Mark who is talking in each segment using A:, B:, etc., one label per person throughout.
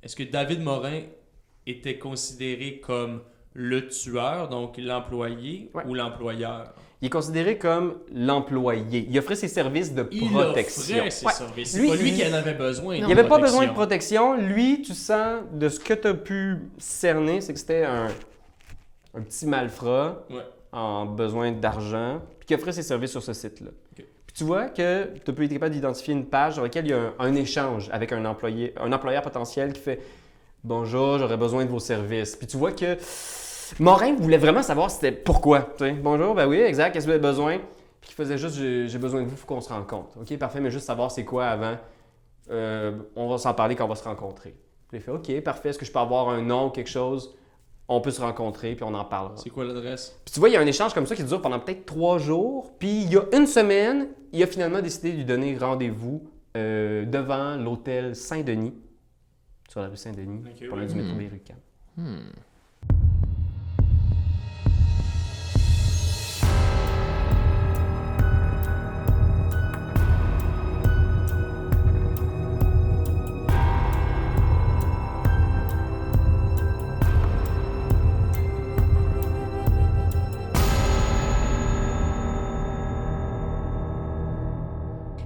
A: Est-ce que David Morin était considéré comme le tueur, donc l'employé
B: Ouais.
A: ou l'employeur?
B: Il est considéré comme l'employé. Il offrait ses services de
A: Il
B: protection.
A: offrait ses
B: Ouais.
A: services. C'est
B: Lui,
A: pas lui
B: il-
A: qui en avait besoin.
B: Il
A: de
B: n'y avait pas besoin de
A: protection.
B: protection. Lui, tu sens, de ce que tu as pu cerner, c'est que c'était un, un petit malfrat
A: Ouais.
B: en besoin d'argent, puis qui offrait ses services sur ce site-là.
A: Ok.
B: Puis tu vois que tu peux être capable d'identifier une page sur laquelle il y a un, un échange avec un employé, un employeur potentiel qui fait Bonjour, j'aurais besoin de vos services. Puis tu vois que Morin voulait vraiment savoir c'était pourquoi. tu sais. Bonjour, ben oui, exact, qu'est-ce que vous avez besoin? Puis qui faisait juste j'ai j'ai besoin de vous, faut qu'on se rencontre. OK, parfait, mais juste savoir c'est quoi avant. Euh, on va s'en parler quand on va se rencontrer. Puis il fait OK, parfait, est-ce que je peux avoir un nom, quelque chose? On peut se rencontrer, puis on en parlera.
A: C'est quoi l'adresse?
B: Puis tu vois, il y a un échange comme ça qui dure pendant peut-être trois jours. Puis il y a une semaine, il a finalement décidé de lui donner rendez-vous euh, devant l'hôtel Saint-Denis, sur la rue Saint-Denis,
A: Ok,
B: pour
A: ouais.
B: le du métro des rues Caen.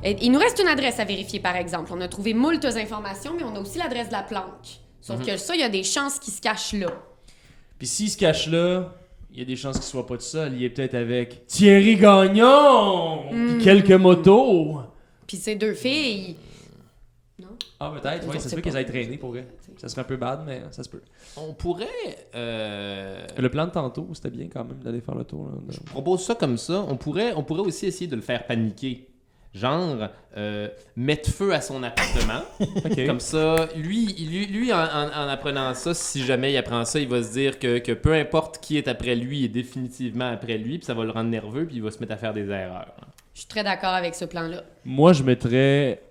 C: Et- Il nous reste une adresse à vérifier, par exemple. On a trouvé moult informations, mais on a aussi l'adresse de la planque. Sauf
A: Mhm.
C: que ça, il y a des chances qui se cachent là.
A: Puis s'il se cache là, il y a des chances qu'il soit pas tout seul. Il est peut-être avec Thierry Gagnon!
B: Hmm.
A: Puis quelques motos!
C: Puis ces deux filles,
A: Ah, peut-être.
C: Je
A: Oui, ça se
C: sais
A: peut
C: pas.
A: qu'ils aillent traîner pour vrai. Ça serait un peu bad, mais ça se peut.
D: On pourrait. euh,
A: Le plan de tantôt, c'était bien quand même d'aller faire le tour. là, de-
D: Je propose ça comme ça. On pourrait, on pourrait aussi essayer de le faire paniquer. Genre, euh, mettre feu à son appartement.
A: Ok.
D: Comme ça, lui, lui, lui en, en- en apprenant ça, si jamais il apprend ça, il va se dire que, que peu importe qui est après lui, il est définitivement après lui, puis ça va le rendre nerveux, puis il va se mettre à faire des erreurs.
C: je suis très d'accord avec ce plan-là.
A: Moi, je mettrais,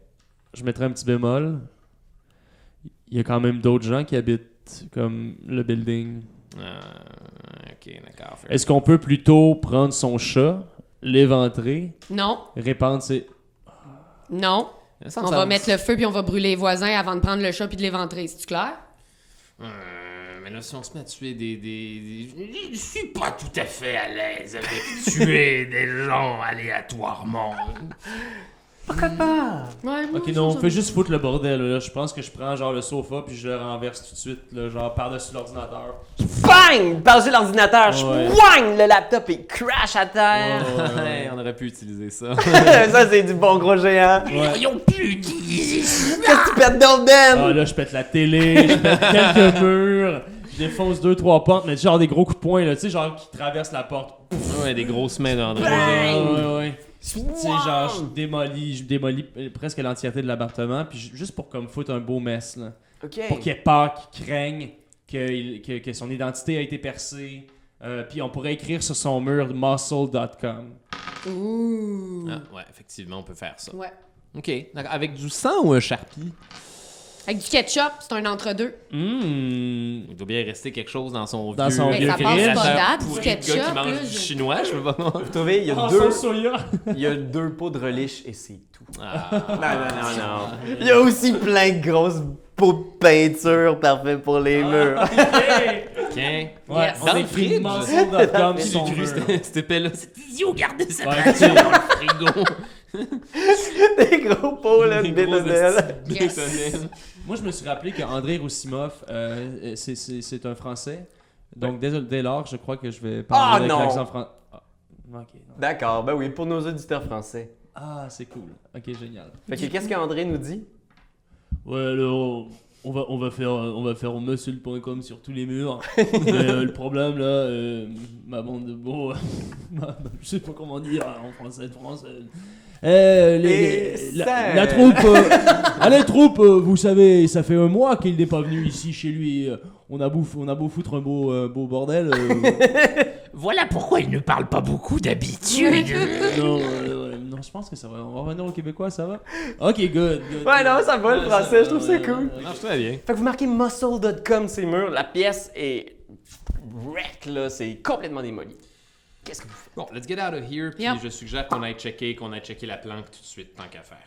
A: je mettrais un petit bémol. Il y a quand même d'autres gens qui habitent comme le building.
D: Euh, ok, d'accord. fair.
A: Est-ce qu'on peut plutôt prendre son chat, l'éventrer,
C: Non,
A: répandre ses...
C: non.
D: Ça me
C: on va
D: semble-
C: mettre le feu puis on va brûler les voisins avant de prendre le chat puis de l'éventrer, c'est-tu clair?
D: Euh, mais là, si on se met à tuer des, des- des- Je suis pas tout à fait à l'aise avec tuer des gens aléatoirement.
C: Ouais, moi,
A: Ok,
C: je
A: non,
C: pense
A: on fait juste foutre le bordel. Là. Je pense que je prends genre le sofa puis je le renverse tout de suite, là, genre par-dessus l'ordinateur.
B: Bang! Par-dessus l'ordinateur, je
A: Ouais.
B: wang! Le laptop, il crash à
C: Ah,
B: terre.
A: Oh,
D: Ouais, on aurait pu utiliser ça.
B: ça, c'est du bon gros géant.
D: Ils ont plus d'idées.
B: Qu'est-ce que tu perds dedans, Ben?
A: Ah là, je pète la télé, je pète quelques murs, je défonce deux, trois portes, mais genre des gros coups de poing, là, tu sais, genre qui traversent la porte.
D: Ouais, des grosses mains d'André.
A: Ouais, ouais, ouais. Tu sais, genre, je démolis, je démolis euh, presque l'entièreté de l'appartement, puis ju- juste pour comme foutre un beau mess, là. Pour
B: OK.
A: qu'il ait peur, qu'il craigne, que, il- que, que son identité a été percée. Euh, puis on pourrait écrire sur son mur muscle.com.
C: que- Ouh.
D: Ah, ouais, effectivement, on peut faire ça.
C: Ouais.
D: Ok, d'accord. Avec du sang ou un charpie
C: Avec du ketchup, c'est un entre-deux.
A: Hum.
D: Il doit bien rester quelque chose dans son
A: Dans
D: vieux...
A: son
C: Mais
A: vieux
C: ça passe
A: grill.
C: pas date,
D: Pourri
C: du
D: de gars
C: ketchup.
D: qui mange
C: là,
D: du
C: je-
D: chinois, je veux pas.
B: Vous trouvez, il y, a
A: Ah,
B: deux,
A: sauce soya.
B: il y a deux pots de relish et c'est tout.
D: Ah,
B: Non, non, non, non. Il y a aussi plein de grosses pots de peinture parfait pour les murs.
A: Ouais,
D: ok.
C: Yes.
A: on
D: Dans le
A: écrit
D: fridge.
A: muscle.com
D: Qui
A: sur son
D: l'eût cru,
A: mur.
D: c'était- c'était pelle-là? C'est idiot, gardez ça
A: Ouais,
D: dans le frigo.
B: Des gros pots, là, de
D: Des gros
B: bétonnelle.
D: estis de
C: Yes.
D: bétonnelle.
A: Moi, je me suis rappelé qu'André Roussimov, euh, c'est- c'est c'est un Français. Donc, dès, dès lors, je crois que je vais
B: Ah,
A: parler avec
B: non.
A: l'accent français. Ah, ok, non.
B: D'accord, ben oui, pour nos auditeurs français.
A: Ah, c'est cool. Ok, génial.
B: Fait que qu'est-ce qu'André nous dit?
A: Ouais, alors, on va, on va faire, euh, on va faire muscle.com sur tous les murs. Mais, euh, le problème, là, euh, ma bande de beaux, ma- je sais pas comment dire hein, en français de France. euh, euh, les-
B: Et
A: les- la,
B: ça-
A: la troupe, euh, ah, la troupe, euh, vous savez, ça fait un mois qu'il n'est pas venu ici chez lui. euh, On a beau, f- on a beau foutre un beau, euh, beau bordel. euh,
D: Voilà pourquoi il ne parle pas beaucoup d'habitude.
A: non, euh, ouais, non, je pense que ça va. On va revenir au Québécois, ça va. Ok, good. good.
B: Ouais, non, ça va, le
A: Ouais,
B: français, je trouve ça
A: ouais,
B: cool.
A: ouais, ouais.
D: Non, très bien.
B: Fait que vous marquez muscle.com ces murs, la pièce est wreck là, c'est complètement démoli. Qu'est-ce que vous faites?
D: Bon, let's get out of here. Puis
C: Yep.
D: je suggère qu'on aille checker, qu'on aille checker la planque tout de suite, tant qu'à faire.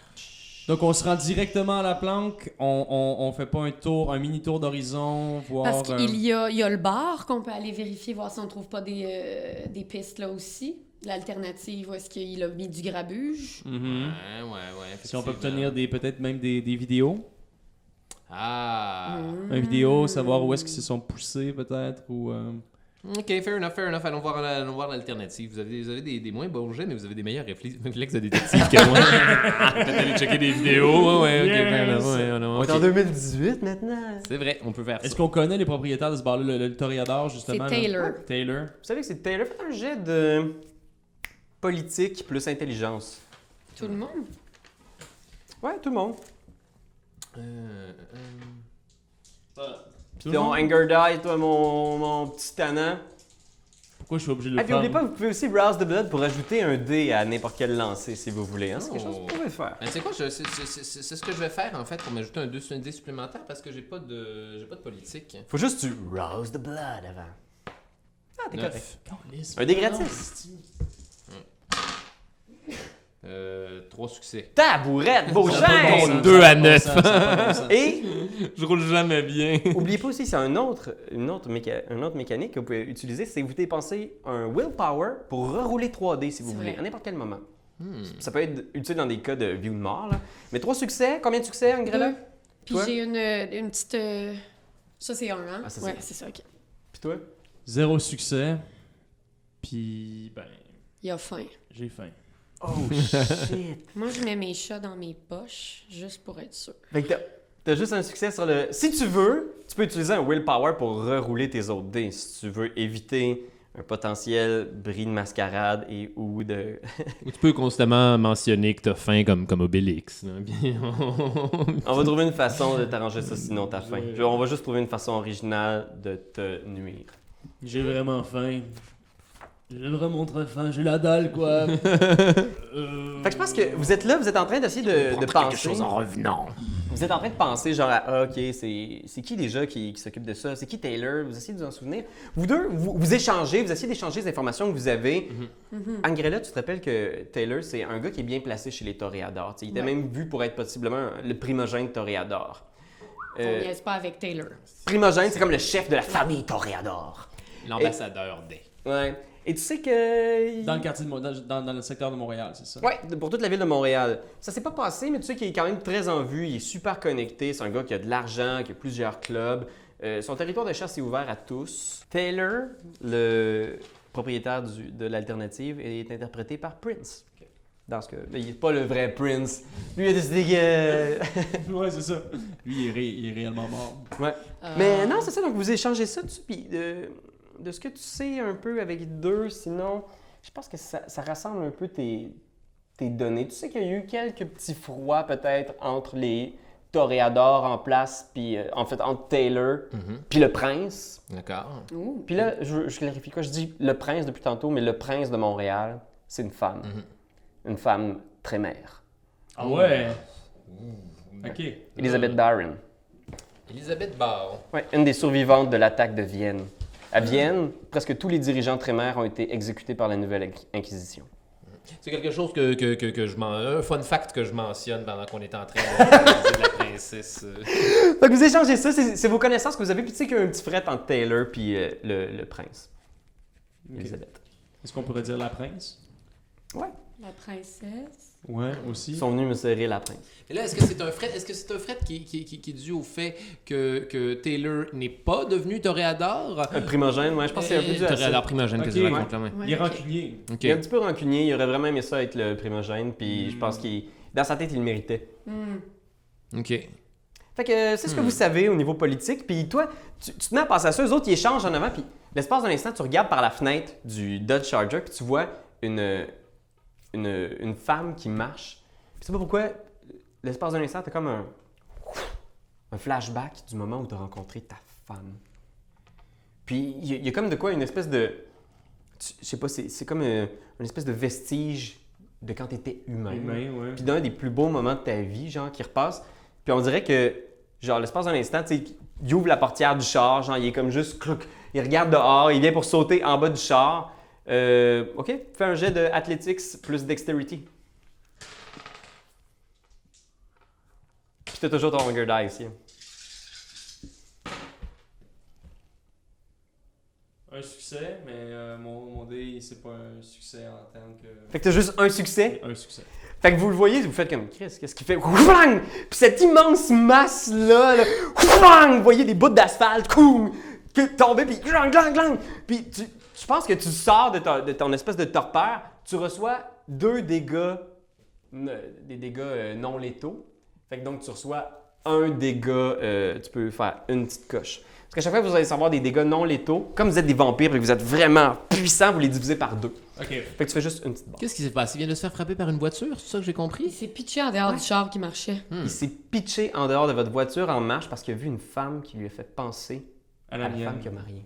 E: Donc, on se rend directement à la planque. On, on, on fait pas un tour, un mini tour d'horizon, voir.
C: Parce
E: euh,
C: qu'il y a, il y a le bar qu'on peut aller vérifier, voir si on trouve pas des, euh, des pistes là aussi. L'alternative, où est-ce qu'il a mis du grabuge?
A: Hmm.
E: mhm.
D: Ouais, ouais, ouais.
E: Si on peut
D: Mm-hmm. effectivement.
E: obtenir des, peut-être même des, des vidéos.
D: Ah.
E: Un vidéo,
C: Mm.
E: savoir où est-ce qu'ils se sont poussés, peut-être. Ou, euh,
D: Ok, fair enough, fair enough. Allons voir, allons voir l'alternative. Vous avez, vous avez des, des moins bons jets, mais vous avez des meilleurs réflexes réflexes de détective que moi. Peut-être aller checker des vidéos. Ouais, ouais, ok, fair enough, ouais, ouais,
B: On
D: ouais,
B: est en
D: ok.
B: 2018 maintenant.
D: C'est vrai, on peut faire ça.
E: Est-ce qu'on connaît les propriétaires de ce bar-là, le, le Toréador, justement?
C: C'est
E: là?
C: Taylor.
E: Taylor.
B: Vous savez que c'est Taylor fait un jet de politique plus intelligence.
C: Tout le monde?
B: Ouais, tout le monde.
D: Euh, euh,
B: Puis on Anger Die, toi, mon, mon petit tannant.
A: Pourquoi je suis obligé de
B: Ah,
A: le
B: puis n'oubliez
A: faire
B: pas, vous pouvez aussi Rouse the Blood pour ajouter un dé à n'importe quel lancer si vous voulez. hein. C'est quelque chose que vous pouvez faire.
D: Ben, c'est quoi, je- c'est c'est- c'est- c'est ce que je vais faire en fait pour m'ajouter un 2 sur un dé supplémentaire parce que j'ai pas de j'ai pas de politique.
B: Faut juste tu Rouse the Blood avant. Ah, t'es correct.
D: Neuf.
B: Un dé gratis.
D: Euh, trois succès.
B: Tabourette, beau
E: Ça a pas de bon
B: chêne!
E: sens,
D: Deux
E: ça a
D: à
E: pas de
D: neuf.
E: bon sens, ça a pas de bon sens.
B: Et
D: Je roule jamais bien.
B: Oubliez pas aussi, c'est un autre, une, autre méca- une autre mécanique que vous pouvez utiliser, c'est vous dépensez un willpower pour rerouler 3D si vous
C: C'est
B: voulez,
C: vrai.
B: à n'importe quel moment.
D: Hmm.
B: Ça peut être utile dans des cas de vie ou de mort. là. Mais trois succès, combien de succès, Angrella?
C: Deux. Puis
B: Toi?
C: j'ai une, une petite. euh, Ça, c'est un, hein?
B: Ah, ça, c'est
C: ouais,
B: un.
C: c'est ça, ok.
B: Puis toi?
A: Zéro succès. Puis, ben,
C: Il a faim.
A: j'ai faim.
B: Oh shit!
C: Moi, je mets mes chats dans mes poches, juste pour être sûr.
B: fait que t'as- t'as juste un succès sur le. Si tu veux, tu peux utiliser un willpower pour rerouler tes autres dés si tu veux éviter un potentiel bris de mascarade et ou de.
D: Ou tu peux constamment mentionner que t'as faim comme, comme Obélix. là. Puis on-
B: On va trouver une façon de t'arranger ça sinon t'as faim. Puis on va juste trouver une façon originale de te nuire.
A: J'ai vraiment faim. J'ai vraiment très faim. J'ai la dalle, quoi. Euh,
B: Fait que je pense que vous êtes là, vous êtes en train d'essayer de, de penser.
D: revenant.
B: Vous êtes en train de penser, genre, à, Ah, OK, c'est c'est qui déjà qui, qui s'occupe de ça? C'est qui Taylor? Vous essayez de vous en souvenir. Vous deux, vous, vous échangez, vous essayez d'échanger les informations que vous avez. Angrella, tu te rappelles que Taylor, c'est un gars qui est bien placé chez les toréadors. tu sais. Il était
C: Ouais.
B: même vu pour être possiblement le primogène toréador.
C: On
B: Euh,
C: niaise pas avec Taylor.
B: primogène, c'est comme le chef de la famille toréador.
D: L'ambassadeur des.
B: Ouais. Et tu sais que.
E: Dans le quartier de Mo- dans, dans- dans le secteur de Montréal, c'est ça?
B: Ouais, de- pour toute la ville de Montréal. Ça s'est pas passé, mais tu sais qu'il est quand même très en vue, il est super connecté, c'est un gars qui a de l'argent, qui a plusieurs clubs. Euh, son territoire de chasse est ouvert à tous. Taylor, le propriétaire du- de l'alternative, est interprété par Prince. Dans ce cas, mais il est pas le vrai Prince. Lui, il a décidé que... euh,
E: Ouais, c'est ça. Lui, il est, ré- il est réellement mort.
C: Euh,
B: Mais non, c'est ça, donc vous échangez ça dessus, puis de, de ce que tu sais un peu avec deux, sinon, je pense que ça, ça rassemble un peu tes, tes données. Tu sais qu'il y a eu quelques petits froids peut-être entre les toréadors en place, puis euh, en fait entre Taylor, puis le prince.
D: D'accord.
C: Mhm. Ouh.
B: Puis là, je, veux- je clarifie quoi, je dis le prince depuis tantôt, mais le prince de Montréal, c'est une femme.
C: Mhm.
B: Une femme très mère.
A: Ah ouais.
E: Oh. Ok.
C: Mhm.
B: Elizabeth Barron.
D: Elisabeth Barr.
B: Ouais, une des survivantes de l'attaque de Vienne. À Vienne, presque tous les dirigeants trémères ont été exécutés par la nouvelle Inqui- Inquisition.
D: C'est quelque chose que, que, que, que je m'en. Un fun fact que je mentionne pendant qu'on est en train de parler de la princesse. euh.
B: Donc vous échangez ça, c'est c'est vos connaissances que vous avez, puis tu sais qu'il y a un petit fret entre Taylor puis euh, le, le prince. Elisabeth.
E: Est-ce qu'on pourrait dire la prince?
C: La princesse.
E: Ouais,
B: Ils
E: aussi.
B: sont venus me serrer la prince.
D: Et là, est-ce que c'est un fret, est-ce que c'est un fret qui, qui, qui, qui est dû au fait que, que Taylor n'est pas devenu toréador? Eh,
B: Un primogène, ouais, Euh, je pense que c'est un peu dû à ça.
D: Toréador primogène que
E: Ok.
D: je raconte là, ouais.
C: Ouais,
E: Il est
C: ok.
E: rancunier.
D: Euh, Ok.
B: Il est un petit peu rancunier, il aurait vraiment aimé ça être le primogène, puis je pense qu'il... Dans sa tête, il le méritait.
C: Hmm.
D: Ok.
B: Fait que euh, c'est ce que vous savez au niveau politique, puis toi, tu, tu te mets à penser à ça, eux autres, ils échangent en avant, puis l'espace d'un instant, tu regardes par la fenêtre du Dodge Charger, puis tu vois une, une, une femme qui marche. Puis tu sais pas pourquoi, l'espace d'un instant, t'as comme un, un flashback du moment où t'as rencontré ta femme. Puis il y, a- il y a comme de quoi une espèce de. tu- Je sais pas, c'est c'est comme euh, une espèce de vestige de quand t'étais humain.
E: Humain, ouais.
B: Puis d'un des plus beaux moments de ta vie, genre, qui repasse. Puis on dirait que, genre, l'espace d'un instant, tu sais, il ouvre la portière du char, genre, il est comme juste clouc. Il regarde dehors, il vient pour sauter en bas du char. Euh, OK, fais un jet de Athletics plus Dexterity. Puis t'as toujours ton Hunger Die ici.
E: Un succès, mais euh, mon, mon dé, c'est pas un succès en termes que.
B: Fait que t'as juste un succès.
E: Un succès.
B: Fait que vous le voyez, vous faites comme Chris, qu'est-ce qu'il fait? Wouang! Puis cette immense masse-là, là, wouang! vous voyez des bouts d'asphalte, coum, que tomber, puis glang, glang, glang. Puis tu, tu penses que tu sors de, ta- de ton espèce de torpeur, tu reçois deux dégâts, euh, des dégâts euh, non létaux. Fait que donc tu reçois un dégât, euh, tu peux faire une petite coche. Parce qu'à chaque fois que vous allez recevoir des dégâts non létaux, comme vous êtes des vampires et que vous êtes vraiment puissants, vous les divisez par deux.
A: Ok.
B: Fait que tu fais juste une petite barre.
D: Qu'est-ce qui s'est passé Il vient de se faire frapper par une voiture, c'est ça que j'ai
C: Il
D: compris
C: s'est pitché en dehors du char qui marchait.
B: Il s'est pitché en dehors de votre voiture en marche parce qu'il a vu une femme qui lui a fait penser
E: À
B: à
E: la,
B: la,
E: mienne.
B: femme qu'il a mariée.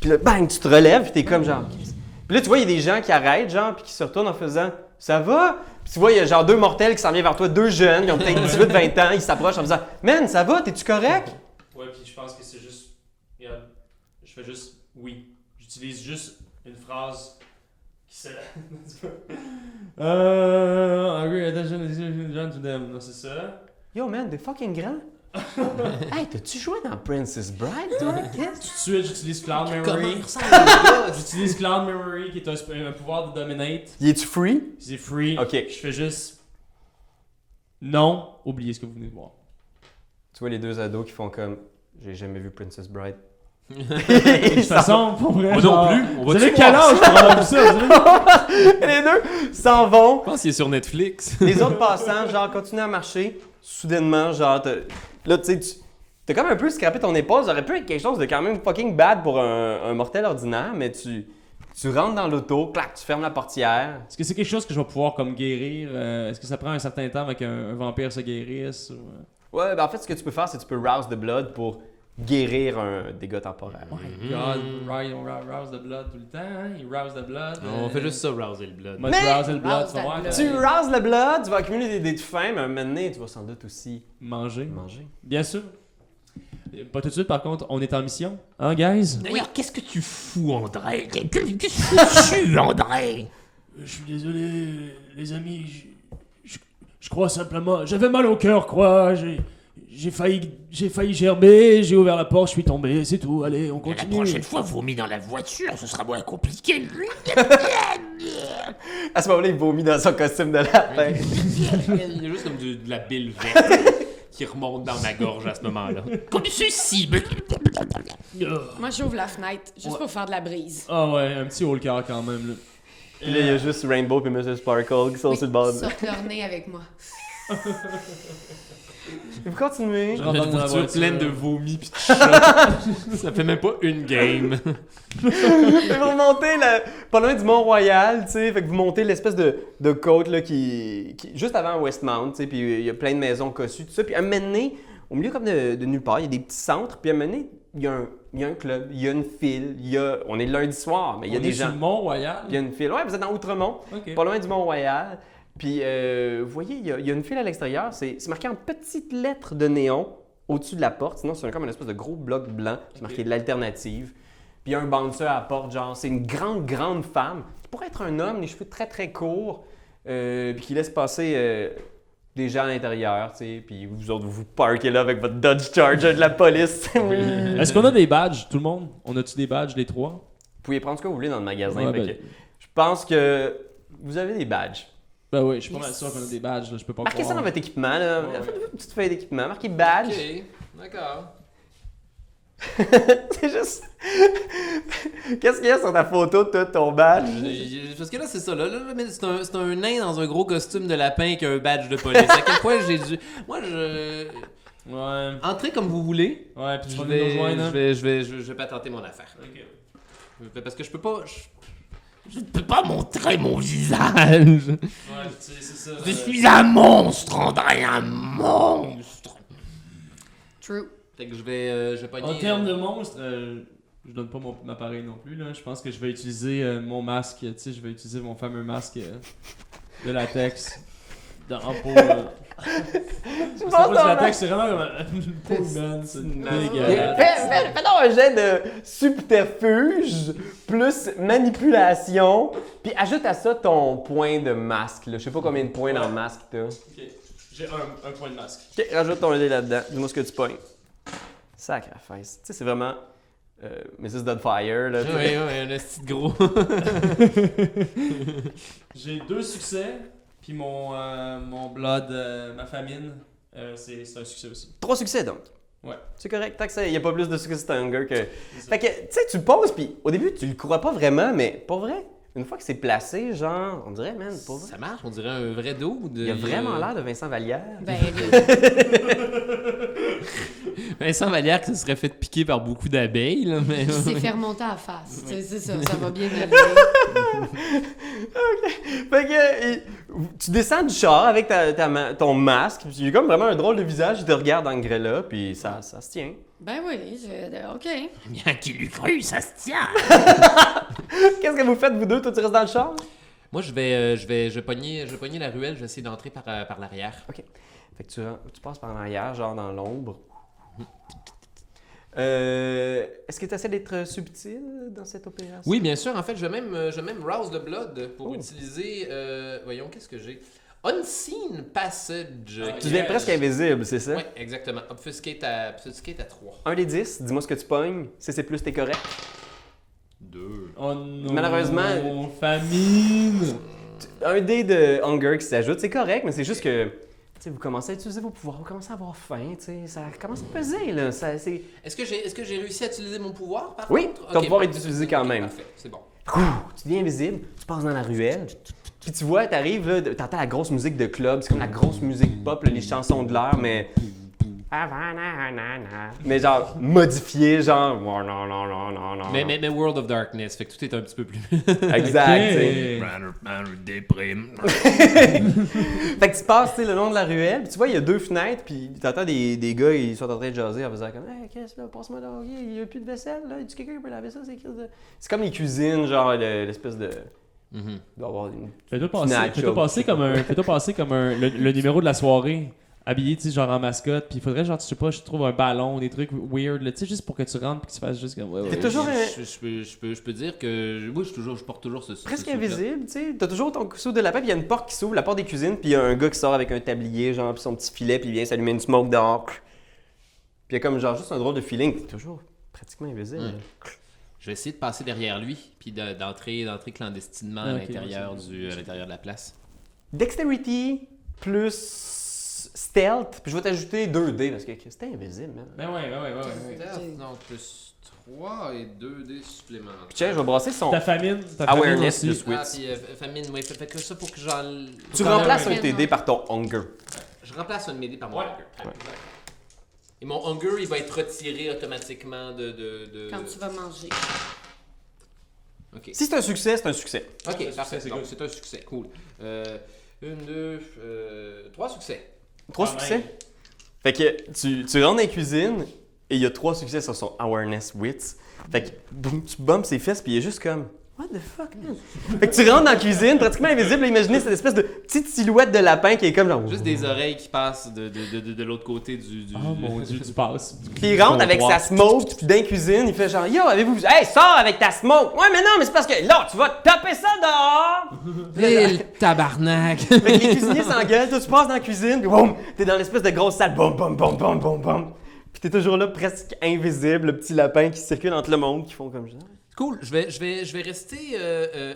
B: Puis là, bang, tu te relèves, puis t'es comme genre. Christ. Puis là, tu vois, il y a des gens qui arrêtent, genre, puis qui se retournent en faisant Ça va Puis tu vois, il y a genre deux mortels qui s'en viennent vers toi, deux jeunes, qui ont peut-être 18, 20 ans, ils s'approchent en faisant Man, ça va T'es-tu correct
A: Ouais, puis je pense que c'est juste. Regarde, je fais juste oui. J'utilise juste une phrase qui se. euh. Hungry, attention, attention, John to them. Non, c'est ça.
B: Yo, man, t'es fucking grand. hey, t'as-tu joué dans Princess Bride, toi Qu'est-ce
A: Tout de suite, j'utilise Cloud Memory.
D: Comment ça le gars?
A: J'utilise Cloud Memory qui est un, sp- un pouvoir de Dominate.
B: Y es-tu free
A: C'est free.
B: Ok.
A: Je fais juste. Non, oubliez ce que vous venez de voir.
B: Tu vois les deux ados qui font comme J'ai jamais vu Princess Bride.
A: De toute façon, pour vrai.
D: Moi non
A: genre,
D: plus, on
A: Vous
D: va
A: avez
D: tu
A: quel âge pour avoir vu ça? vous savez?
B: les deux s'en vont.
D: Je pense qu'il est sur Netflix.
B: Les autres passants, genre, continuent à marcher. Soudainement, genre, t'as- là, tu sais, tu- t'as comme un peu scrappé ton épaule. Ça aurait pu être quelque chose de quand même fucking bad pour un, un mortel ordinaire, mais tu, tu rentres dans l'auto, clac, tu fermes la portière.
E: Est-ce que c'est quelque chose que je vais pouvoir comme guérir euh, Est-ce que ça prend un certain temps avec un, un vampire se guérisse ou, euh?
B: Ouais, ben en fait, ce que tu peux faire, c'est que tu peux rouse the blood pour guérir un dégât temporaire.
D: Mm-hmm.
E: God, right, on ra- rouse the blood tout le temps, hein? Il rouse the blood.
D: On
E: euh,
D: fait juste ça, rouser le blood.
E: Moi,
B: Mais-
E: tu rouse le blood,
C: Rouse
E: tu vas
C: the
E: voir.
C: blood.
B: Tu
E: euh,
B: rouses le blood, tu vas accumuler des dés de faim, mais un moment donné, tu vas sans doute aussi
E: Manger.
B: manger.
E: Bien sûr. Euh, Pas tout de suite, par contre, on est en mission. Hein, guys
C: D'ailleurs,
D: qu'est-ce que tu fous, André Qu'est-ce que tu fous, André
A: Je suis désolé, les amis. Je, je- je crois simplement. J'avais mal au cœur, quoi. J'ai, j'ai failli, j'ai failli gerber. J'ai ouvert la porte, je suis tombé. C'est tout. Allez, on
F: La
A: continue.
F: prochaine fois, vous mis dans la voiture, ce sera moins compliqué. Lui,
B: À ce moment-là, il vomit dans son costume de lapin.
D: Il y a juste comme du- de la bile verte qui remonte dans ma gorge à ce moment-là.
F: comme ceci. me-
A: Ah
C: Moi, j'ouvre la fenêtre juste pour faire de la brise.
E: Ah ouais, un petit haut le cœur quand même. Là.
B: Puis là, il y a juste Rainbow et Mr. Sparkle qui sont
C: Oui,
B: sur le bord.
C: sortent leur nez avec moi.
B: Et vous continuez.
E: Je rentre dans
D: Une
E: la
D: voiture
E: voiture.
D: pleine de vomi pis de chat. Ça fait même pas une game.
B: Fait que vous montez la- pas loin du Mont-Royal, tu sais, fait que vous montez l'espèce de, de côte là, qui, qui- juste avant Westmount, tu sais, puis il y a plein de maisons cossues, tout ça. Puis à un moment donné, au milieu comme de, de nulle part, il y a des petits centres, puis à un moment donné, il y, a un- il y a un club, il y a une file, il y a... On est lundi soir, mais il y a
E: On est
B: des
E: sur
B: gens.
E: le Mont-Royal.
B: Il y a une file. Ouais, vous êtes dans Outremont,
E: Ok.
B: pas loin du Mont-Royal. Puis, euh, vous voyez, il y, a, il y a une file à l'extérieur. C'est c'est marqué en petites lettres de néon au-dessus de la porte. Sinon, c'est comme une espèce de gros bloc blanc. C'est marqué l'alternative. Puis, il y a un bouncer à la porte, genre, c'est une grande, grande femme qui pourrait être un homme, les cheveux très, très courts, euh, puis qui laisse passer euh, des gens à l'intérieur, tu sais. Puis, vous autres, vous vous parquez là avec votre Dodge Charger de la police. vous
E: Est-ce qu'on a des badges, tout le monde On a-tu des badges, les trois
B: pouvez prendre ce que vous voulez dans le magasin.
E: Ouais,
B: fait
E: ben-
B: que je pense que vous avez des badges.
E: Ben oui, je suis pas mal sûr qu'on a des badges, là, je peux pas
B: Marquez ça
E: croire.
B: dans votre équipement, là.
D: Ouais, ouais.
B: Faites une petite feuille d'équipement. Marquez badge.
D: d'accord.
B: c'est juste. Qu'est-ce qu'il y a sur ta photo, toi, de ton badge?
D: Parce que là, c'est ça. Là, là, là, mais c'est un, c'est un nain dans un gros costume de lapin qui a un badge de police. À quel point j'ai dû. Moi, je.
E: Ouais,
D: Entrez comme vous voulez.
E: ouais, puis tu
D: Je
E: vas venir
D: vais,
E: nous rejoindre.
D: je,
E: hein?
D: vais, je, vais, je, je vais patenter mon affaire. Parce que je peux pas. je-
F: Je ne peux pas montrer mon visage.
A: Ouais, c'est ça.
F: Je suis un monstre, André, un monstre.
C: True.
D: Fait que je vais, euh, je vais pogner.
E: En termes de monstre, euh, je donne pas mon, ma pareille non plus. Là. Je pense que je vais utiliser euh, mon masque. Tu sais, je vais utiliser mon fameux masque euh, de latex. Dans, en peau. euh,
B: Tu
E: c'est
B: penses
E: pas
B: ton
E: du
B: masque?
E: latex, c'est vraiment comme un- une peau humaine. C'est
D: Euh,
B: Fais,
E: dégueulasse.
B: fais, fais donc un jet de subterfuge plus manipulation, puis ajoute à ça ton point de masque. Là. Je sais pas combien de points dans le masque t'as.
A: Ok. Je J'ai un, un point de masque.
B: Ok, rajoute ton dé là-dedans. Dis-moi ce que tu pognes. Sacre face. Tu sais, c'est vraiment euh, Mrs. Doubtfire, là. tu sais.
D: euh, Ouais, ouais, un esti de gros.
A: J'ai deux succès, puis mon, euh, mon blood, euh, ma famine, euh, c'est c'est un succès aussi.
B: Trois succès, donc.
A: Ouais.
B: C'est correct. Tant que ça, il n'y a pas plus de succès c'est un hunger que...
A: ça.
B: Fait que, tu sais, tu le poses, puis au début, tu le crois pas vraiment, mais pour vrai, une fois que c'est placé, genre, on dirait, man, pour vrai.
D: Ça marche, on dirait un vrai dos. De...
B: Il a vraiment l'air de Vincent Vallière.
C: Ben, le-
D: Euh, Vincent Vallière qui se serait fait piquer par beaucoup d'abeilles, là, mais.
C: il s'est fait remonter à la face. Tu sais, C'est ça, ça va bien aller.
B: Fait que, il- tu descends du char avec ta, ta ma- ton masque, puis il a comme vraiment un drôle de visage, il te regarde en grêle là, puis ça, ça se tient.
C: Ben oui, je- OK.
G: Bien qu'il eût cru, ça se tient.
B: Qu'est-ce que vous faites, vous deux? Toi, tu restes dans le char?
D: Moi, je vais, euh, je vais, je vais pogner, je vais pogner la ruelle, je vais essayer d'entrer par, euh, par l'arrière.
B: Fait que tu, ren- tu passes par l'arrière, genre dans l'ombre. Euh, Est-ce que tu essaies d'être subtil dans cette opération?
D: Oui, bien sûr. En fait, je vais même, euh, je vais même rouse the blood pour
B: Oh.
D: utiliser. euh, voyons, qu'est-ce que j'ai Unseen passage.
B: Tu deviens presque invisible, c'est ça?
D: Oui, exactement. Obfuscate à, obfuscate à 3.
B: Un des 10, dis-moi ce que tu pognes. Si c'est plus, t'es correct.
D: 2.
A: Oh non,
B: Malheureusement-
A: famine!
B: Un dé de hunger qui s'ajoute, c'est correct, mais c'est juste que. tu sais, vous commencez à utiliser vos pouvoirs, vous commencez à avoir faim, tu sais, ça commence à peser, là. Ça, c'est...
D: Est-ce que j'ai est-ce que j'ai réussi à utiliser mon pouvoir par
B: Oui,
D: contre?
B: ton
D: Ok,
B: pouvoir
D: parfait.
B: est utilisé quand
D: Ok,
B: même.
D: Parfait, c'est bon.
B: Ouh, tu deviens invisible, tu passes dans la ruelle, puis tu vois, t'arrives, là, t'entends la grosse musique de club, c'est comme la grosse musique pop, là, les chansons de l'heure, mais. Mais genre, modifié, genre. Ah.
D: Mais, mais, mais World of Darkness, fait que tout est un petit peu plus.
B: Exact, tu sais.
A: Ok.
G: déprime.
B: Fait que tu passes tu sais, le long de la ruelle, puis tu vois, il y a deux fenêtres, puis t'entends des, des gars, ils sont en train de jaser en faisant comme Hey, qu'est-ce là, passe-moi là, ok, il y a plus de vaisselle, là, est-ce que quelqu'un qui peut laver ça, c'est qui ça? C'est comme les cuisines, genre le- l'espèce de.
D: Mhm.
B: Il doit y avoir une.
A: Fais-toi
B: Nacho.
A: passer, fais-toi passer comme un, fais-toi passer comme un, le, le numéro de la soirée, habillé, tu sais, genre en mascotte, puis il faudrait, genre, tu sais pas, je trouve un ballon, des trucs weird, là, tu sais, juste pour que tu rentres, puis que tu fasses juste comme, ouais,
B: T'es
A: ouais.
B: toujours un-
D: Je, je peux, je, peux, je peux dire que. Moi, je, suis toujours, je porte toujours ce. ce-
B: presque
D: ce truc-là.
B: invisible, tu sais. T'as toujours ton sous de la paix, puis il y a une porte qui s'ouvre, la porte des cuisines, puis il y a un gars qui sort avec un tablier, genre, puis son petit filet, puis il vient s'allumer une smoke dehors. Puis il y a comme, genre, juste un drôle de feeling. T'es toujours pratiquement invisible.
D: Ouais. Je vais essayer de passer derrière lui, puis de- d'entrer d'entrer clandestinement à
A: Ah, ok,
D: l'intérieur
A: ouais,
D: du à l'intérieur de la place.
B: Dexterity plus stealth, puis je vais t'ajouter 2D parce que c'était invisible, man.
A: Ben ouais, ouais, ouais, ouais, ouais.
C: Stealth,
D: Non, plus 3 et 2 dés supplémentaires.
B: Puis tiens, je vais brasser son
A: Ta famine, ta famine
B: awareness
A: aussi.
B: de
D: Ah,
B: Switch.
D: puis euh, famine, ouais, fait fait que ça pour que j'en.
B: Tu
D: pour qu'en-
B: remplaces
C: ouais.
B: un TD par ton hunger.
D: Je remplace un de mes dés par mon
A: Ouais.
D: hunger. Et mon hunger, il va être retiré automatiquement de. de, de...
C: Quand tu vas manger.
D: Ok.
B: Si c'est un succès, c'est un succès.
D: Ok, parfait.
A: c'est
D: donc
A: good.
D: C'est un succès. Cool. Euh, une, deux, euh, trois succès.
B: Trois
A: Quand
B: succès.
A: même.
B: Fait que tu, tu rentres dans la cuisine et il y a trois succès sur son awareness wits. Fait que boum, tu bombes ses fesses puis il est juste comme What the fuck, man? fait que tu rentres dans la cuisine, pratiquement invisible, imaginez cette espèce de petite silhouette de lapin qui est comme genre.
D: Juste des oreilles qui passent de, de, de, de, de l'autre côté du. du
A: Oh
D: du-
A: mon dieu, tu passes.
B: Puis il rentre avec sa smoke puis dans la cuisine, il fait genre Yo, avez-vous. Hey, sors avec ta smoke! Ouais, mais non, mais c'est parce que là, tu vas taper ça dehors!
D: Et le tabarnak!
B: Fait que les cuisiniers s'engueulent, toi tu passes dans la cuisine, puis boum, t'es dans l'espèce de grosse salle, boum, boum, boum, boum, boum, boum. Puis t'es toujours là, presque invisible, le petit lapin qui circule entre le monde, qui font comme ça.
D: Cool, je vais, je vais, je vais rester euh, euh,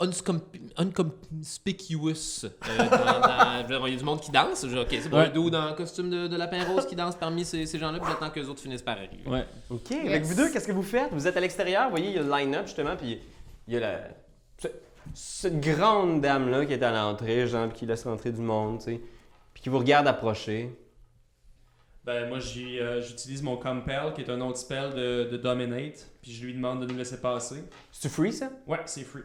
D: unscomp- unconspicuous. euh, dans- dans- je vais- Il y a du monde qui danse. Je- ok, c'est bon,
A: Ouais.
D: un dos dans le costume de, de lapin rose qui danse parmi ces, ces gens-là, puis j'attends que les autres finissent par arriver.
A: Ouais.
B: OK, avec vous deux, qu'est-ce que vous faites? Vous êtes à l'extérieur, vous voyez, il y a le line-up justement, puis il y a la... ce- cette grande dame-là qui est à l'entrée, genre, puis qui laisse rentrer du monde, tu sais, puis qui vous regarde approcher.
A: Ben moi j'y, euh, j'utilise mon compel qui est un autre spell de, de dominate, puis je lui demande de nous laisser passer.
B: C'est free ça?
A: Ouais, c'est free.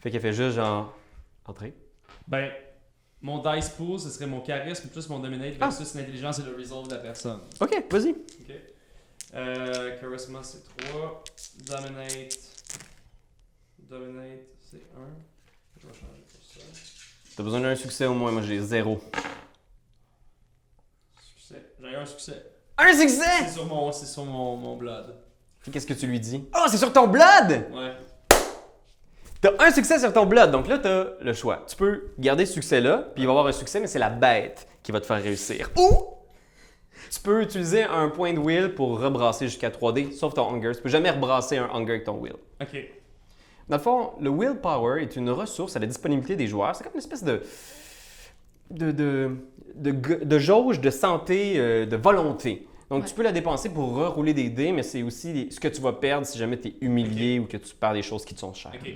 B: Fait qu'elle fait juste genre. Entrez.
A: Ben mon dice pool, ce serait mon charisme plus mon dominate
B: Ah.
A: versus l'intelligence et le resolve de la personne.
B: OK, vas-y.
A: Ok. Euh, charisma c'est 3, dominate dominate c'est 1. Je vais changer pour ça.
B: T'as besoin d'un succès au moins, moi j'ai zéro.
A: Succès. J'ai eu un succès.
B: Un succès!
A: C'est sur mon c'est sur mon, mon blood.
B: Puis Qu'est-ce que tu lui dis? Oh, c'est sur ton blood!
A: Ouais.
B: T'as un succès sur ton blood, donc là, t'as le choix. Tu peux garder ce succès-là, puis il va y avoir un succès, mais c'est la bête qui va te faire réussir. Ou tu peux utiliser un point de will pour rebrasser jusqu'à 3D, sauf ton hunger. Tu peux jamais rebrasser un hunger avec ton will.
A: Ok.
B: Dans le fond, le willpower est une ressource à la disponibilité des joueurs. C'est comme une espèce de. de, de, de, g- de jauge de santé, euh, de volonté. Donc, tu peux la dépenser pour rerouler des dés, mais c'est aussi les- ce que tu vas perdre si jamais tu es humilié ou que tu perds des choses qui te sont chères.
A: Ok.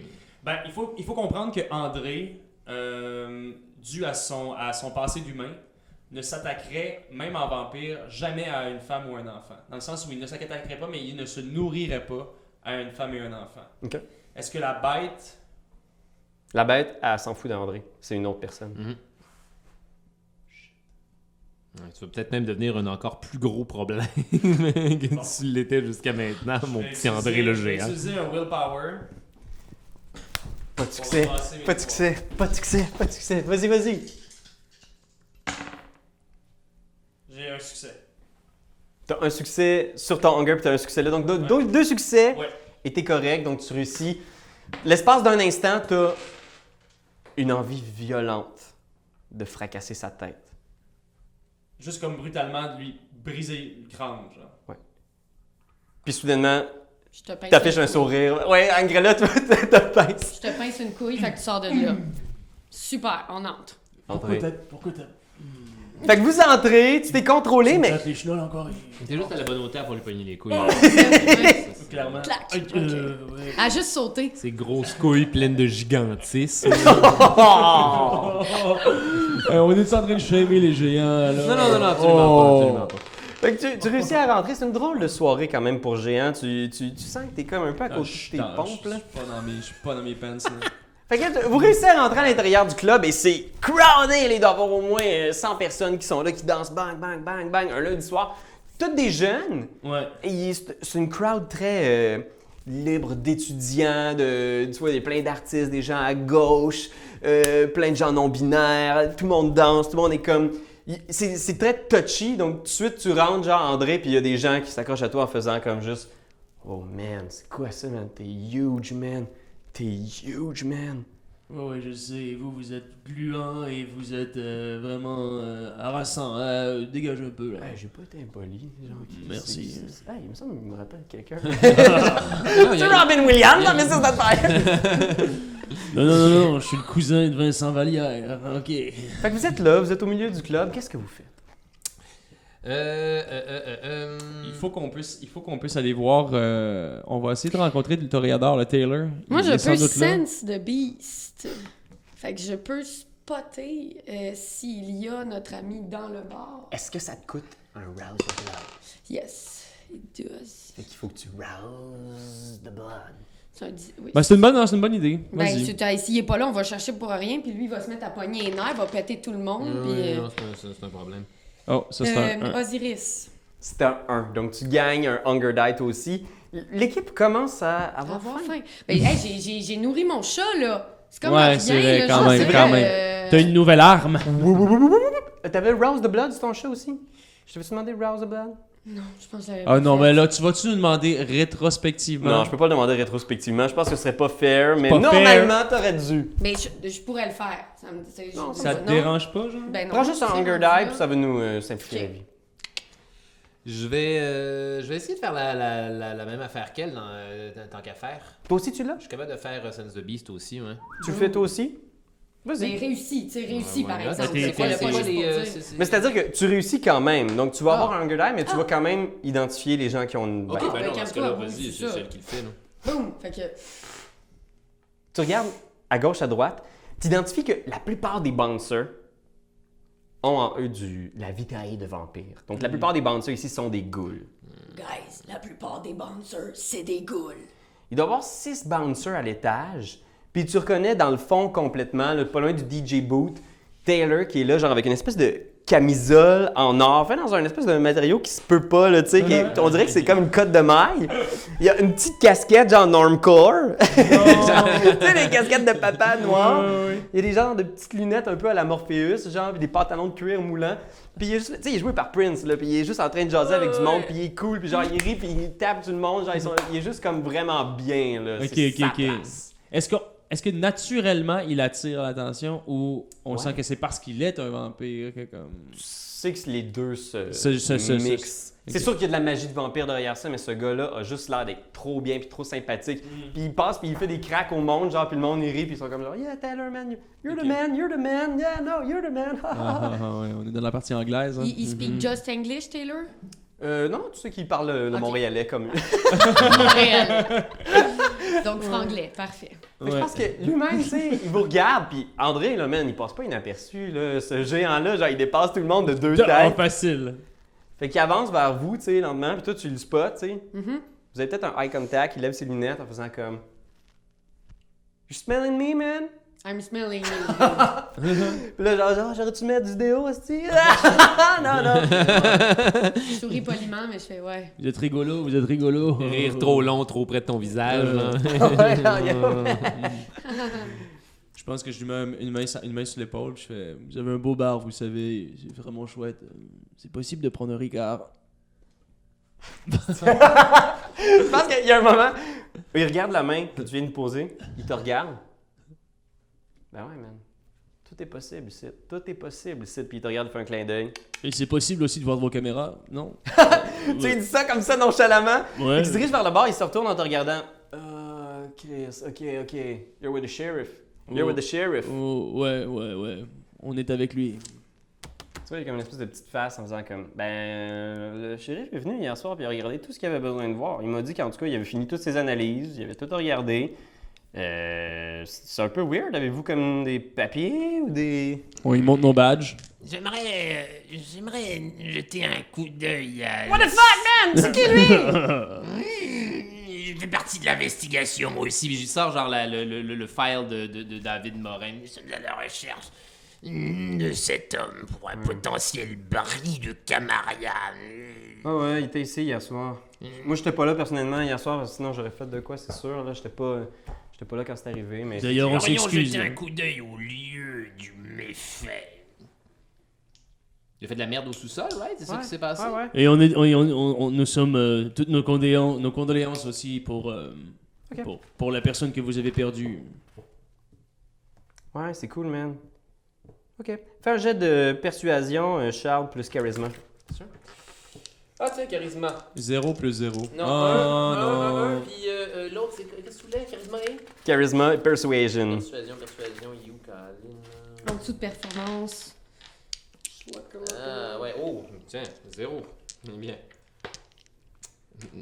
A: Ben, il faut, il faut comprendre que André, euh, dû à son, à son passé d'humain, ne s'attaquerait, même en vampire, jamais à une femme ou un enfant. Dans le sens où il ne s'attaquerait pas, mais il ne se nourrirait pas à une femme et un enfant.
B: Ok.
A: Est-ce que la bête.
B: La bête, elle s'en fout d'André. C'est une autre personne.
D: Ouais, tu vas peut-être même devenir un encore plus gros problème que tu l'étais jusqu'à maintenant, mon
A: Je vais
D: petit André
A: euh, utiliser-
D: le
A: je vais
D: géant.
A: utiliser un willpower.
B: Pas de succès,
A: va passer mes
B: pas de succès, pas de succès, pas de succès. Vas-y, vas-y.
A: J'ai un succès.
B: T'as un succès sur ton hunger, puis t'as un succès là. Donc, deux, deux- deux succès,
A: Ouais.
B: et t'es correct, donc tu réussis. L'espace d'un instant, t'as une envie violente de fracasser sa tête.
A: Juste comme brutalement de lui briser le crâne, genre.
B: Puis soudainement,
C: Je te pince.
B: t'affiches
C: une
B: un
C: couille.
B: sourire. Ouais, Angela, là, tu te pinces.
C: Je te pince une couille, fait que tu sors de là. Super, on entre.
B: Entrez.
A: Pourquoi t'as.
B: Fait que vous entrez, tu t'es contrôlé, mais
A: les chenolles encore
D: T'es juste à la bonne hauteur pour lui pogner les couilles.
C: Ouais.
A: Clairement.
C: Clac.
A: Euh, euh, ouais.
C: À juste sauter.
D: Ces grosses couilles pleines de gigantisme.
E: Euh, on est en train de shamer les géants, là? Oh!
D: non, non, non, non, absolument pas, absolument pas.
B: Fait que tu, tu réussis à rentrer. C'est une drôle de soirée quand même pour Géant. Tu, tu, tu sens que t'es comme un peu à côté de tes pompes.
E: Ah, Je
B: Là.
E: suis pas dans mes- je suis pas dans mes pants, là.
B: Fait que vous réussissez à rentrer à l'intérieur du club et c'est crowded. Il doit y avoir au moins euh, 100 personnes qui sont là, qui dansent bang, bang, bang, bang un lundi soir. Toutes des jeunes.
A: Ouais.
B: Et il- c'est- c'est une crowd très euh, libre d'étudiants, de, tu vois, il y a plein d'artistes, des gens à gauche, euh, plein de gens non-binaires, tout le monde danse, tout le monde est comme... il- C'est c'est très touchy, donc tout de suite tu rentres, genre André, puis il y a des gens qui s'accrochent à toi en faisant comme juste « Oh man, c'est quoi ça man? T'es huge man! T'es huge man!
A: Ouais, ouais, je sais. Vous, vous êtes gluant et vous êtes euh, vraiment euh, harassant. Euh, dégagez un peu, là.
B: Hey, Ben, J'ai pas été impoli. genre, qui-
A: Merci.
B: c'est- c'est- Hey, il me semble qu'il me rappelle quelqu'un.
D: Non, il y
B: c'est
D: a-
B: Robin Williams dans Mrs. Doubtfire!
A: Non, non, non, non, je suis le cousin de Vincent Vallière. Ok.
B: fait que vous êtes là, vous êtes au milieu du club, qu'est-ce que vous faites?
D: Euh, euh, euh, euh, euh,
E: Il faut qu'on puisse, il faut qu'on puisse aller voir. euh, on va essayer de rencontrer le toréador, le Taylor.
C: Moi,
E: Il
C: je
E: est sans
C: peux
E: doute là.
C: sense the beast. Fait que je peux spotter euh, s'il y a notre ami dans le bar.
B: Est-ce que ça te coûte un rouse de blood?
C: Yes, it does.
B: Fait qu'il faut que tu rouses de blood.
C: C'est un dix- oui.
E: Ben, c'est une bonne, c'est une bonne idée.
C: Ben,
E: Vas-y.
C: si t'as- s'il est pas là, on va chercher pour rien, puis lui, il va se mettre à pogner les nerfs, va péter tout le monde.
D: ouais,
C: puis,
D: ouais,
C: euh,
D: non, c'est un- c'est un- c'est un problème.
E: Oh, Ah ça c'est un-
C: euh,
E: un.
C: Osiris.
B: C'est un 1, donc tu gagnes un Hunger Die toi aussi. L- L'équipe commence à avoir
C: Avoir
B: faim.
C: faim. Ben, hey, j'ai- j'ai- j'ai nourri mon chat, là. C'est comme
E: Ouais,
C: rien,
E: c'est vrai,
C: là,
E: quand
C: je
E: même,
C: sais,
E: quand
C: euh,
E: T'as une nouvelle arme.
B: Ah. Euh, T'avais Rouse de Blood sur ton chat aussi? Je t'avais demandé Rouse de Blood?
C: Non, je pense que je l'avais
E: Ah
C: pas
E: non,
C: fait.
E: mais là, tu vas-tu nous demander rétrospectivement?
B: Non, je peux pas le demander rétrospectivement. Je pense que ce serait pas fair, mais
E: Pas fair.
B: normalement t'aurais dû.
C: Mais je, je pourrais le faire. Ça, me, c'est- je-
E: Ça te
C: non.
E: dérange pas, genre?
C: Ben non.
B: Prends juste un
C: C'est
B: Hunger
C: rendu là.
B: Die, puis ça va nous euh, simplifier
C: Ok.
B: la vie.
D: Je vais, euh, je vais essayer de faire la, la, la, la même affaire qu'elle, dans, euh, dans- tant qu'à faire.
B: Toi aussi tu l'as?
D: Je suis capable de faire euh, Sense the Beast aussi, ouais.
B: Tu le fais toi aussi?
C: Mais
B: Vas-y.
C: réussi, tu sais, réussi
D: Ouais,
C: par
D: ouais, là,
C: exemple.
D: c'est-
A: C'est
D: c'est quoi
A: le
D: c'est
A: pas
D: quoi
A: juste
D: les,
C: pour
D: euh,
C: dire.
D: c'est- c'est-
B: Mais c'est-à-dire que tu réussis quand même, donc tu vas avoir un Hunger Die, mais tu
C: Ah.
B: vas quand même identifier les gens qui ont une
D: Ok,
B: bête.
C: Ah, ben,
D: ben non, parce que là,
C: calme-toi, oui,
D: vas-y,
C: c'est
D: c'est
C: ça.
D: celle qui le fait, non?
C: Boum! Fait que.
B: tu regardes à gauche, à droite, tu identifies que la plupart des bouncers ont en eux du, la vitaille de vampire. Donc, la plupart des bouncers ici sont des ghouls.
C: Guys, la plupart des bouncers, c'est des ghouls.
B: Il doit y avoir six bouncers à l'étage, puis tu reconnais dans le fond complètement, là, pas loin du DJ Boot, Taylor qui est là, genre avec une espèce de camisole en or, fait dans un espèce de matériau qui se peut pas, là, tu sais, qui est- on dirait que c'est comme une cotte de maille. Il y a une petite casquette genre normcore, genre, tu sais, les casquettes de papa noir. Il y a des genres de petites lunettes un peu à la Morpheus, genre, puis des pantalons de cuir moulants. Puis il est juste, tu sais, il est joué par Prince, là, puis il est juste en train de jaser avec du monde, puis il est cool, puis genre, il rit, puis il tape tout le monde, genre, ils sont- il est juste comme vraiment bien, là.
E: Ok,
B: C'est
E: ok,
B: sa
E: ok.
B: place.
E: Est-ce qu'on Est-ce que naturellement il attire l'attention ou on
B: Ouais.
E: sent que c'est parce qu'il est un vampire que comme.
B: Tu sais que les deux se
E: Se- se- se-
B: mixent.
E: se-
B: C'est
E: ok.
B: sûr qu'il y a de la magie de vampire derrière ça, mais ce gars-là a juste l'air d'être trop bien puis trop sympathique. Puis il passe puis il fait des cracks au monde, genre, puis le monde il rit, puis ils sont comme genre, Yeah, Taylor, man, you- you're the
E: Ok.
B: man, you're the man, yeah, no, you're the man.
E: Ah, ah, ah, ouais, on est dans la partie anglaise. hein.
C: Il, il speak just English, Taylor?
B: Euh, non, tu sais qu'il parle le
C: Ok.
B: montréalais comme.
C: Réel. Donc, franglais, parfait.
B: Fait que Je pense que lui-même, tu sais, il vous regarde, puis André, là, man, il passe pas inaperçu, là. Ce géant-là, genre, il dépasse tout le monde de deux
E: Ah,
B: têtes.
E: facile.
B: Fait qu'il avance vers vous, tu sais, lentement, puis toi, tu le spots, tu sais.
C: Mhm.
B: Vous avez peut-être un eye contact, il lève ses lunettes en faisant comme... You smelling me, man?
C: I'm smelling you.
B: Puis là, genre, genre j'aurais-tu mettre du déo, aussi? non, non.
C: Je souris poliment, mais je fais ouais.
A: Vous êtes rigolo, vous êtes rigolo.
D: Rire trop long, trop près de ton visage.
A: Euh.
D: hein.
B: Ouais, non, il y a-
E: Je pense que je lui mets une main, sur- une main sur l'épaule. Je fais Vous avez un beau bar, vous savez, c'est vraiment chouette. C'est possible de prendre un Ricard.
B: Je pense qu'il y a un moment où il regarde la main que tu viens de poser, il te regarde. Ben ouais, man. Tout est possible ici. Tout est possible ici. Puis il te regarde, il fait un clin d'œil.
E: Et c'est possible aussi de voir de vos caméras, non
B: Tu sais, il dit ça comme ça nonchalamment.
E: Ouais.
B: Il se dirige vers le bar, il se retourne en te regardant. Euh, Chris, ok, ok. You're with the sheriff. You're with the sheriff.
E: Oh, ouais, ouais, ouais. On est avec lui.
B: Tu vois, il y a comme une espèce de petite face en faisant comme Ben, le shérif est venu hier soir puis il a regardé tout ce qu'il avait besoin de voir. Il m'a dit qu'en tout cas, il avait fini toutes ses analyses, il avait tout regardé. Euh, c'est un peu weird. Avez-vous comme des papiers ou des.
E: On il monte mon badge.
F: J'aimerais. euh, J'aimerais jeter un coup d'œil à.
C: What the fuck, man? C'est qui lui?
F: Je fais partie de l'investigation, moi aussi.
D: Si je sors genre la- le, le- le- le file de, de- de David Morin.
F: Nous sommes à la recherche de cet homme pour
A: Hmm.
F: un potentiel baril de Camarilla.
B: Ah ouais, il était ici hier soir. Mm. Moi, j'étais pas là personnellement hier soir, parce que sinon j'aurais fait de quoi, c'est sûr. Là, j'étais pas, j'étais pas là quand c'est arrivé, mais.
A: D'ailleurs, on
F: Aurions
A: s'excuse.
F: jeté un coup d'œil au lieu du méfait.
D: Il a fait de la merde au sous-sol, right? C'est ça
B: Ouais.
D: qui s'est passé?
B: Ouais, ouais.
A: Et on est, on, on- on- nous sommes euh, toutes nos condoléances, nos condoléances aussi pour, euh,
B: Ok.
A: pour pour la personne que vous avez perdue.
B: Ouais, c'est cool, man. Ok. Fais un jet de persuasion, euh, Charles plus charisme.
D: Ah, tiens, charisme.
E: 0 plus 0.
A: Ah,
D: Non,
E: oh
D: un, un, un, un,
E: non.
D: puis euh, euh, l'autre, c'est qu'est-ce que tu voulais, charisme et?
B: Charisma et persuasion.
D: Persuasion, persuasion, you, Colin.
C: En dessous de performance.
D: Ah, ouais, oh, tiens, zéro. Bien.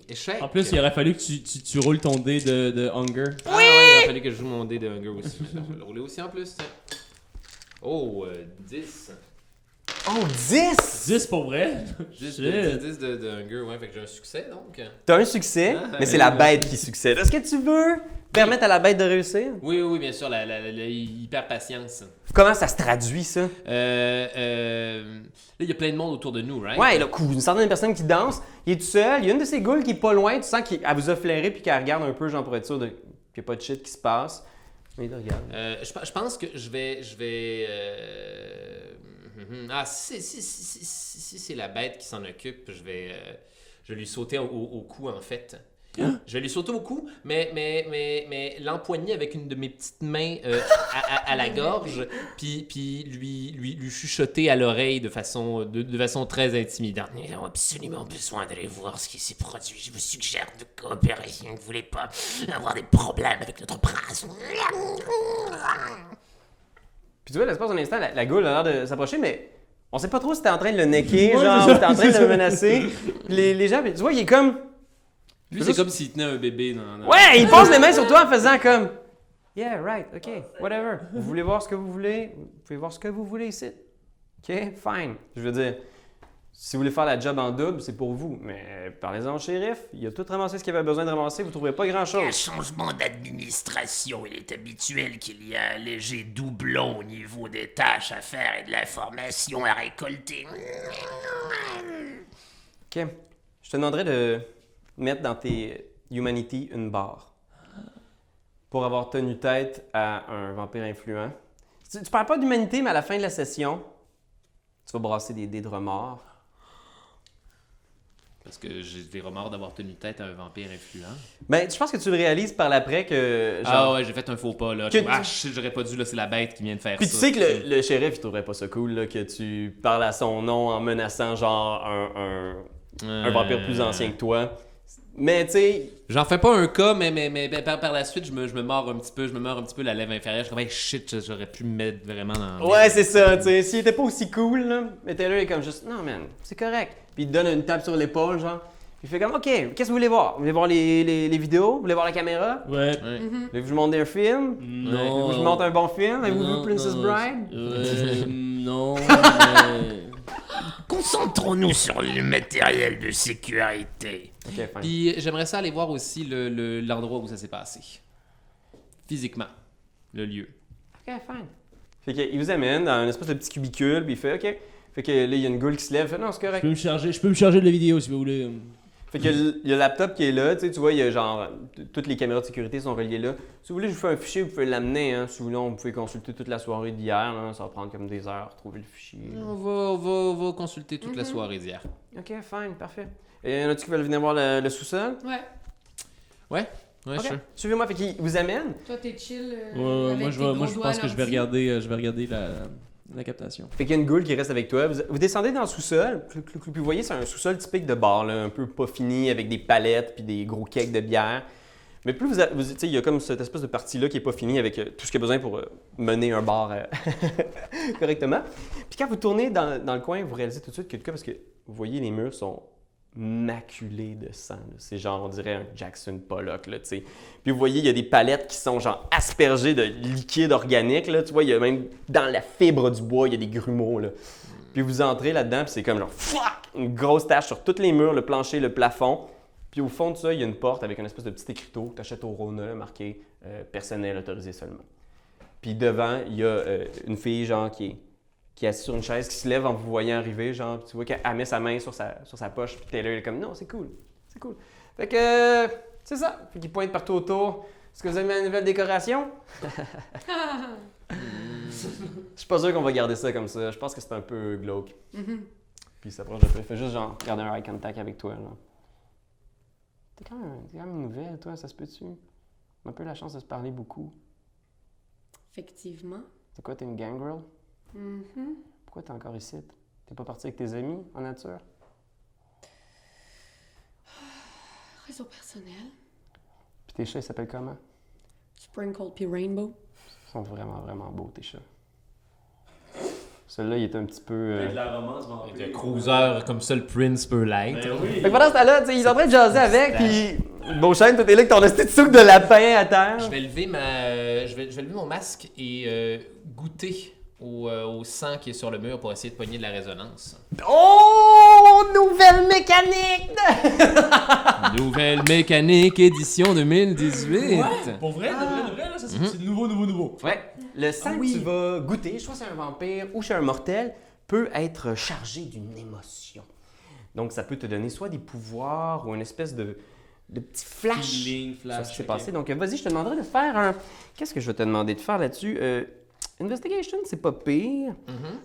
D: Échec.
E: En plus, il aurait fallu que tu, tu, tu roules ton dé de, de Hunger.
D: Ah, ouais, il a fallu que je joue mon dé de Hunger aussi. Je vais le rouler aussi en plus, tiens. Oh, euh, 10.
B: Oh, 10!
A: 10 pour vrai?
D: 10 de,
A: Shit.
D: 10 de, de Hunger, ouais, fait que j'ai un succès donc.
B: T'as un succès,
D: Ah,
B: mais c'est
E: ben
B: la bête qui succède. Est-ce que tu veux permettre à la bête de réussir?
D: Oui, oui, oui, bien sûr, la, la, la- la- il perd patience.
B: Comment ça se traduit, ça?
D: Euh, euh, là, il y a plein de monde autour de nous, right?
B: Ouais, là, cou- une certaine personne qui danse, il est tout seul, il y a une de ses goules qui est pas loin, tu sens qu'elle vous a flairé puis qu'elle regarde un peu, genre pour être sûr de... qu'il n'y a pas de shit qui se passe. Mais il te regarde.
D: Euh, je, pe- je pense que je vais. Je vais euh, hum, hum. Ah, si, si, si, si, si- si c'est la bête qui s'en occupe, je vais, euh, je vais lui sauter au, au- au cou, en fait. Je vais lui sauter au cou, mais, mais, mais, mais l'empoigner avec une de mes petites mains euh, à, à- à la gorge, puis, puis lui, lui, lui chuchoter à l'oreille de façon, de, de façon très intimidante.
F: Nous avons absolument besoin d'aller voir ce qui s'est produit. Je vous suggère de coopérer si vous ne voulez pas avoir des problèmes avec notre prince.
B: Puis tu vois, l'espace d'un instant, la, la goule a l'air de s'approcher, mais on sait pas trop si t'es en train de le necker,
E: Ouais,
B: genre,
E: c'est ça,
B: ou t'es en train de
E: c'est
B: le
E: ça.
B: menacer. Les, les gens, puis tu vois, il est comme.
D: Lui, c'est
B: Juste-
D: comme s'il tenait un bébé dans. dans-
B: Ouais, il pose les mains sur toi en faisant comme Yeah, right, ok, whatever. Vous voulez voir ce que vous voulez, vous pouvez voir ce que vous voulez ici. Ok, fine. Je veux dire, si vous voulez faire la job en double, c'est pour vous. Mais euh, parlez-en au shérif, il a tout ramassé ce qu'il avait besoin de ramasser, vous trouverez pas
F: Un
B: grand-chose.
F: changement d'administration, il est habituel qu'il y ait un léger doublon au niveau des tâches à faire et de l'information à récolter.
B: Ok, je te demanderai de mettre dans tes euh, Humanity une barre pour avoir tenu tête à un vampire influent. Tu, tu parles pas d'humanité, mais à la fin de la session, tu vas brasser des dés de remords.
D: Parce que j'ai des remords d'avoir tenu tête à un vampire influent.
B: Ben, je pense que tu le réalises par l'après que.
D: Ah
B: Genre,
D: ouais, j'ai fait un faux pas là.
B: Que
D: Je- Ah
B: tu-
D: shit, j'aurais pas dû là, c'est la bête qui vient de faire
B: Puis tu
D: ça.
B: sais que le, le shérif, il trouverait pas ça cool là, que tu parles à son nom en menaçant genre un, un- un
D: Euh,
B: vampire plus ancien que toi. Mais tu sais,
D: J'en fais pas un cas, mais, mais, mais, ben, par, par la suite, je me, je me mords un petit peu, je me mords un petit peu la lèvre inférieure. Je me dis, Hey, shit, je- j'aurais pu me mettre vraiment dans.
B: ouais, c'est ça, tu sais. S'il était pas aussi cool, là, mais Taylor est comme juste, non, man, c'est correct. Puis il te donne une tape sur l'épaule, genre. Puis il fait comme, OK, qu'est-ce que vous voulez voir? Vous voulez voir les, les- les vidéos? Vous voulez voir la caméra?
A: Ouais.
D: Ouais.
B: Vous voulez que je vous montre un film? Vous
A: Non.
B: voulez que je vous montre un bon film? Avez-vous
A: Non,
B: vu Princess
A: non,
B: Bride?
A: Euh, non, mais...
F: Concentrons-nous sur le matériel de sécurité.
B: OK, fine.
D: Puis euh, j'aimerais ça aller voir aussi l'endroit le, l'endroit où ça s'est passé. Physiquement. Le lieu.
B: OK, fine. Fait que, il vous amène dans une espèce de petit cubicule, puis il fait OK. Fait que là, il y a une goule qui se lève, il fait non, c'est
A: Je
B: correct.
A: peux me charger, je peux me charger de la vidéo si vous voulez.
D: Euh,
B: Fait que le- il y a le laptop qui est là, tu sais, tu vois, il y a genre, t- toutes les caméras de sécurité sont reliées là. Si vous voulez, je vous fais un fichier, vous pouvez l'amener, hein. Si vous voulez, on pouvez consulter toute la soirée d'hier, là. Ça va prendre comme des heures, trouver le fichier.
D: On va, on va, on va consulter toute la
C: Mhm.
D: soirée d'hier.
B: OK, fine, parfait. Et y en a-tu qui veulent venir voir le, le sous-sol?
C: Ouais.
D: Ouais,
B: OK,
D: sure.
B: Suivez-moi, fait qu'il vous amène.
C: Toi, t'es chill. euh,
E: Ouais, ouais,
C: avec
E: moi, je
C: tes
E: vais- moi,
C: gros
E: je
C: doigts
E: pense que je vais
C: lentilles.
E: regarder, euh, je vais regarder la, la captation.
B: Fait qu'il y a une goule qui reste avec toi. Vous, vous descendez dans le sous-sol. Clou, clou, clou. Puis vous voyez, c'est un sous-sol typique de bar, là, un peu pas fini, avec des palettes puis des gros cakes de bière. Mais plus vous, a- vous- tu sais, il y a comme cette espèce de partie-là qui est pas finie avec euh, tout ce qu'il y a besoin pour euh, mener un bar euh, correctement. Puis quand vous tournez dans, dans le coin, vous réalisez tout de suite que, parce que vous voyez, les murs sont maculés de sang. là. C'est genre, on dirait un Jackson Pollock, là, tu sais. Puis vous voyez, il y a des palettes qui sont genre aspergées de liquide organique. Là. Tu vois, il y a même dans la fibre du bois, il y a des grumeaux. Là. Puis vous entrez là-dedans, puis c'est comme genre fuck! Une grosse tache sur tous les murs, le plancher, le plafond. Puis au fond de ça, il y a une porte avec une espèce de petit écriteau que tu achètes au Rona, là, marqué euh, personnel autorisé seulement. Puis devant, il y a euh, une fille, genre, qui est, qui est assise sur une chaise, qui se lève en vous voyant arriver, genre, puis tu vois qu'elle elle met sa main sur sa, sur sa poche, puis Taylor, il est comme non, c'est cool, c'est cool. Fait que, euh, c'est ça. Fait qu'il pointe partout autour. Est-ce que vous aimez la nouvelle décoration? Je suis pas sûr qu'on va garder ça comme ça. Je pense que c'est un peu glauque. Puis il s'approche de toi. Il fait juste genre garder un eye contact avec toi. Là. T'es quand, même- t'es quand même nouvelle, toi, ça se peut-tu? On a peu la chance de se parler beaucoup.
C: Effectivement.
B: C'est quoi, t'es une gang girl?
C: Mhm.
B: Pourquoi t'es encore ici? T'es pas parti avec tes amis en nature?
C: Réseau personnel.
B: Puis tes chats, ils s'appellent comment?
C: Sprinkle puis Rainbow.
B: Ils sont vraiment, vraiment beaux, tes chats. Celui-là, il est un petit peu. euh,
A: la romance,
D: Le cruiser comme ça, le prince peut l'être.
A: oui.
B: Fait que pendant ce temps-là, tu sais, ils sont en train de jaser avec, puis. Bon, Shane, toi, t'es là avec ton esti de soupe de lapin à terre.
D: Je vais lever ma, euh, je vais, je vais lever mon masque et euh, goûter au, euh, au sang qui est sur le mur pour essayer de pogner de la résonance.
B: Oh, nouvelle mécanique!
D: Nouvelle mécanique édition 2018.
A: Pour vrai, de vrai, de vrai, là, ça, c'est c'est nouveau, nouveau, nouveau.
B: Ouais, le sang que tu vas goûter, soit chez un vampire ou chez un mortel, peut être chargé d'une émotion. Donc, ça peut te donner soit des pouvoirs ou une espèce de, de petit flash.
E: Feeling,
B: sur ce
E: flash,
B: qui s'est
E: ok.
B: passé. Donc, euh, vas-y, je te demanderai de faire un. Qu'est-ce que je vais te demander de faire là-dessus? Euh, Investigation, c'est pas pire.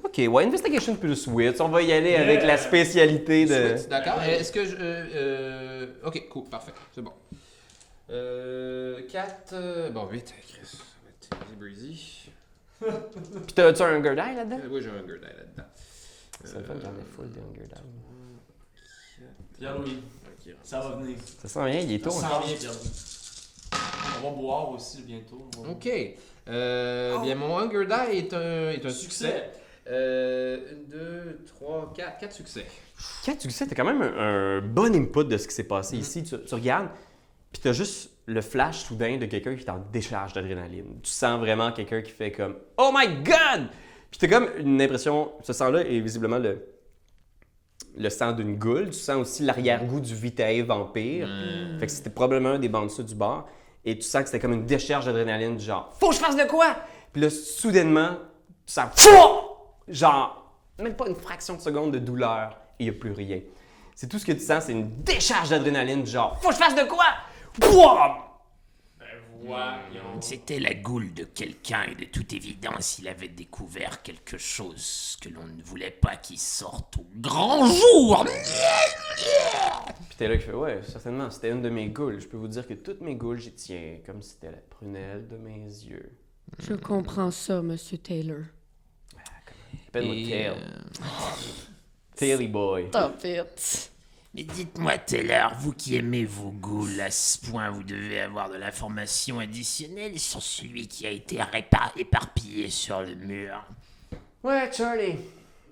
B: OK, ouais, Investigation plus Wits. On va y aller avec la spécialité de.
D: Sweet, D'accord. Est-ce que je. euh, euh, ok, cool, parfait. C'est bon. Euh, 4. bon, 8. Chris. ça va être Easy breezy.
B: Puis, t'as-tu un Hunger Die là-dedans?
D: Euh, oui, j'ai un Hunger Die là-dedans. Euh,
B: C'est le fun, j'en ai full des Hunger Die.
A: Bien oui,
D: Ok.
A: ça va venir.
B: Ça sent rien, il est tôt. hein.
A: Ça va bien, Pierre-Louis.
E: On va boire aussi bientôt. on va-
D: Ok. Euh, Bien, mon Hunger Die est un, est un succès. Euh, 1, 2, 3, 4. 4 succès.
B: Quand tu le sais, t'as quand même un, un bon input de ce qui s'est passé ici. Tu, tu regardes, puis t'as juste le flash soudain de quelqu'un qui t'en décharge d'adrénaline. Tu sens vraiment quelqu'un qui fait comme « Oh my God! » Puis t'as comme une impression, ce sang-là est visiblement le, le sang d'une goule. Tu sens aussi l'arrière-goût du vitae vampire. Fait que c'était probablement un des bandes ça du bar. Et tu sens que c'était comme une décharge d'adrénaline du genre « Faut que je fasse de quoi? » Puis là, soudainement, tu sens Pouah! genre même pas une fraction de seconde de douleur et il n'y a plus rien. C'est tout ce que tu sens, c'est une décharge d'adrénaline du genre faut que je fasse de quoi Pouah!
D: Voyons.
F: C'était la goule de quelqu'un et de toute évidence, il avait découvert quelque chose que l'on ne voulait pas qu'il sorte au grand jour.
B: Puis t'es là qui fait Ouais, certainement, c'était une de mes goules. Je peux vous dire que toutes mes goules, j'y tiens comme si c'était la prunelle de mes yeux.
C: Je comprends ça, Monsieur Taylor.
B: Appelle-moi
D: Et,
B: Tail.
D: euh,
B: Taily Boy.
C: Stop it.
F: Mais dites-moi, Taylor, vous qui aimez vos ghouls à ce point, vous devez avoir de l'information additionnelle sur celui qui a été répar- éparpillé sur le mur.
B: Ouais, Charlie.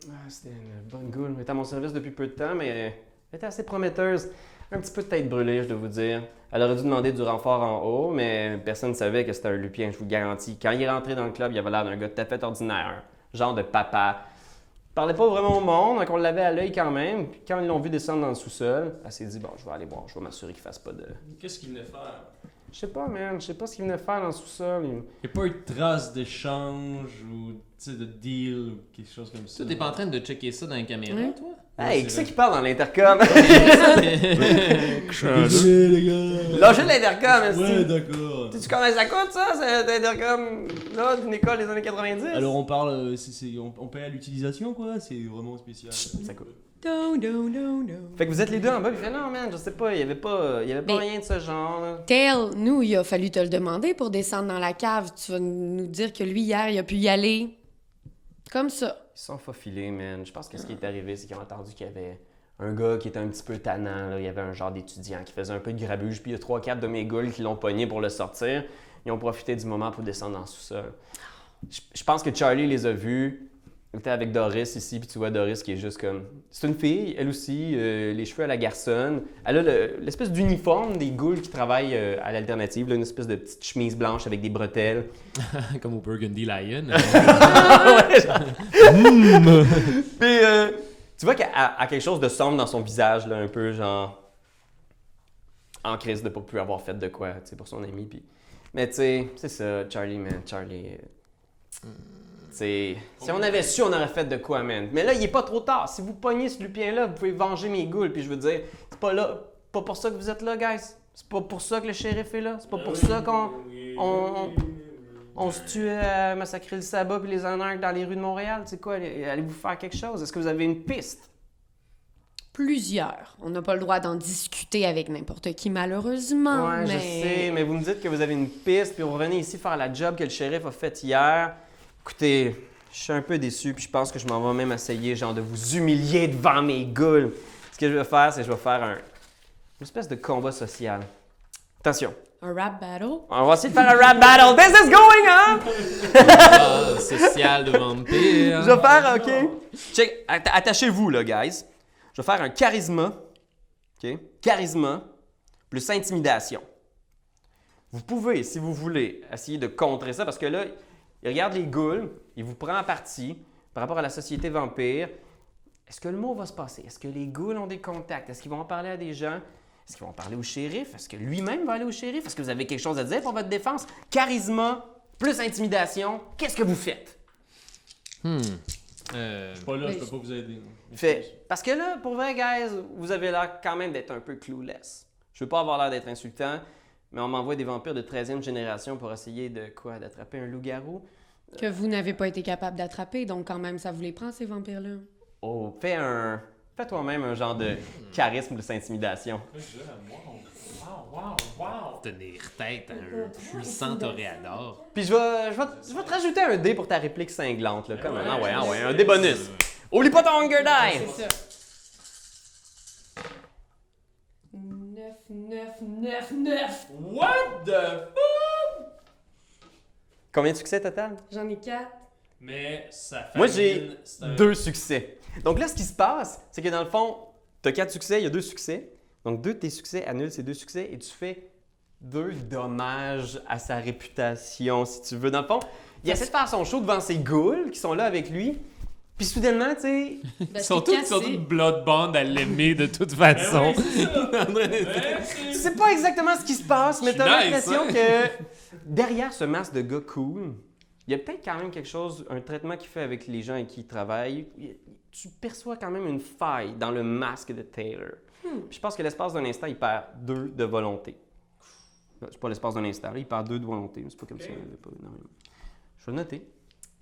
B: Ah, c'était une bonne goule. Elle est à mon service depuis peu de temps, mais euh, elle était assez prometteuse. Un petit peu de tête brûlée, je dois vous dire. Elle aurait dû demander du renfort en haut, mais personne ne savait que c'était un lupien, je vous garantis. Quand il est rentré dans le club, il avait l'air d'un gars tout à fait ordinaire. hein. Genre de papa. Il parlait pas vraiment au monde, donc on l'avait à l'œil quand même. Puis quand ils l'ont vu descendre dans le sous-sol, elle s'est dit Bon, je vais aller voir, je vais m'assurer qu'il fasse pas de.
E: Qu'est-ce qu'il venait faire?
B: Je sais pas, man, je sais pas ce qu'il venait faire dans le sous-sol. Il-
E: Il n'y a pas eu de trace d'échange ou tu sais, de deal ou quelque chose comme ça.
D: Toi, t'es pas en train de checker ça dans les caméras,
C: Oui.
D: toi?
B: Hey,
E: c'est
B: qui c'est
E: vrai.
B: qui parle dans l'intercom
A: Désolé, les gars.
B: Lâchez l'intercom, est-ce
A: Ouais, d'accord.
B: Tu connais ça coûte, ça? C'est comme là, d'une école des années 90?
A: Alors on parle, euh, c'est- c'est- on, on paye à l'utilisation quoi, c'est vraiment spécial.
B: Ça coûte.
C: Non, non, non, non.
B: Fait que vous êtes les deux en bas, puis il fait non, man, je sais pas, il y avait pas, il y avait pas
C: Mais-
B: rien de ce genre. là.
C: Tail, nous, il a fallu te le demander pour descendre dans la cave. Tu vas nous dire que lui, hier, il a pu y aller. Comme ça.
B: Ils se sont faufilés, man. Je pense que ce qui est arrivé, c'est qu'ils ont entendu qu'il y avait un gars qui était un petit peu tannant, là. Il y avait un genre d'étudiant qui faisait un peu de grabuge, puis il y a trois, quatre de mes goules qui l'ont pogné pour le sortir. Ils ont profité du moment pour descendre dans le sous-sol. Je, je pense que Charlie les a vus. Il était avec Doris ici, puis tu vois Doris qui est juste comme. C'est une fille, elle aussi, euh, les cheveux à la garçonne. Elle a le- l'espèce d'uniforme des goules qui travaillent euh, à l'alternative, là, une espèce de petite chemise blanche avec des bretelles.
D: Comme au Burgundy Lion.
B: Puis, euh, tu vois qu'elle a a quelque chose de sombre dans son visage, là, un peu genre. en crise de pas plus avoir fait de quoi, tu sais, pour son ami. Puis... Mais tu sais, c'est ça, Charlie, man, Charlie. euh, tu sais, si on avait su, on aurait fait de quoi, man. Mais là, il est pas trop tard. Si vous pognez ce lupien-là, vous pouvez venger mes goules. Puis je veux dire, c'est pas là, pas pour ça que vous êtes là, guys. C'est pas pour ça que le shérif est là. C'est pas pour ça qu'on on, on se tue à euh, massacrer le sabbat puis les anarches dans les rues de Montréal. C'est quoi? allez- Allez-vous faire quelque chose? Est-ce que vous avez une piste?
C: Plusieurs. On n'a pas le droit d'en discuter avec n'importe qui, malheureusement.
B: ouais,
C: Ah, mais...
B: je sais, mais vous me dites que vous avez une piste puis vous revenez ici faire la job que le shérif a faite hier. Écoutez, je suis un peu déçu puis je pense que je m'en vais même essayer genre de vous humilier devant mes goules. Ce que je vais faire, c'est que je vais faire un, une espèce de combat social. Attention,
C: Un rap battle?
B: on va essayer de faire un rap battle. This is going on!
D: Ah, social de vampire.
B: Je vais faire, OK. Check, atta- attachez-vous, là, guys. Je vais faire un charisme. OK? Charisme plus intimidation. Vous pouvez, si vous voulez, essayer de contrer ça parce que là, il regarde les ghouls, il vous prend à partie par rapport à la société vampire. Est-ce que le mot va se passer? Est-ce que les ghouls ont des contacts? Est-ce qu'ils vont en parler à des gens? Est-ce qu'ils vont en parler au shérif? Est-ce que lui-même va aller au shérif? Est-ce que vous avez quelque chose à dire pour votre défense? Charisme plus intimidation, qu'est-ce que vous faites?
D: Euh,
E: Pas là, je
C: Mais-
E: peux pas vous aider. hein.
B: Fait. Parce que là, pour vrai, guys, vous avez l'air quand même d'être un peu clueless. Je veux pas avoir l'air d'être insultant, mais on m'envoie des vampires de 13e génération pour essayer de quoi D'attraper un loup-garou
C: Que vous n'avez pas été capable d'attraper, donc quand même, ça vous les prend, ces vampires-là.
B: Oh, fais un. Fais toi-même un genre de charisme de intimidation.
D: tenir tête à un puissant toréador.
B: Puis je vais, je, vais, je vais te rajouter un dé pour ta réplique cinglante, là. Comme, ah ouais, ah ouais, un dé bonus. Oublie pas ton Hunger Die!
C: ça. 9, 9, 9, 9!
E: What the
B: Combien de succès total?
C: J'en ai 4.
E: Mais ça fait.
B: Moi, j'ai deux succès. Donc là, ce qui se passe, c'est que dans le fond, tu as quatre succès, il y a deux succès. Donc deux de tes succès annulent ces deux succès et tu fais deux dommages à sa réputation, si tu veux. Dans le fond, il essaie de faire son show devant ses ghouls qui sont là avec lui. Puis soudainement, tu sais,
D: Ils sont tous, ils sont tous bloodbond à l'aimer de
B: Eh
D: toute façon.
B: tu sais pas exactement ce qui se passe, mais
D: Je suis
B: t'as
D: nice,
B: l'impression que derrière ce masque de gars cool, il y a peut-être quand même quelque chose, un traitement qu'il fait avec les gens avec qui il travaille. Il- Tu perçois quand même une faille dans le masque de Taylor. Puis Je pense que l'espace d'un instant, il perd deux de volonté. C'est pas l'espace d'un instant. là. Il perd deux de volonté. mais C'est pas comme ça. il avait pas énormément. Je vais le noter.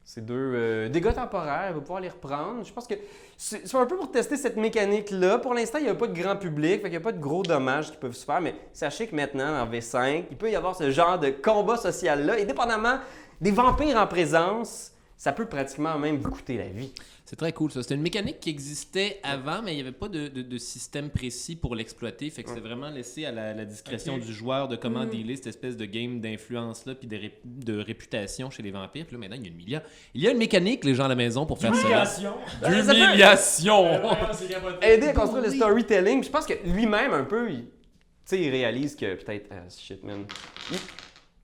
B: Ces deux euh, dégâts temporaires, il va pouvoir les reprendre. Je pense que c'est c'est un peu pour tester cette mécanique-là. Pour l'instant, il n'y a pas de grand public, fait il n'y a pas de gros dommages qui peuvent se faire, mais sachez que maintenant, en V5, il peut y avoir ce genre de combat social-là, et dépendamment des vampires en présence, ça peut pratiquement même vous coûter la vie.
D: C'est très cool ça. C'était une mécanique qui existait avant, mais il n'y avait pas de, de- de système précis pour l'exploiter. Fait que
A: Mm.
D: c'était vraiment laissé à la, la discrétion du joueur de comment dealer cette espèce de game d'influence-là, puis de, ré- de réputation chez les vampires. Puis là, maintenant, il y a une milliard. Il y a une mécanique, les gens à la maison, pour faire
A: ah,
D: ça. D'humiliation!
B: aider à construire le storytelling. Je pense que lui-même, un peu, il, tu sais, il réalise que peut-être. Ah, shit, man. Il,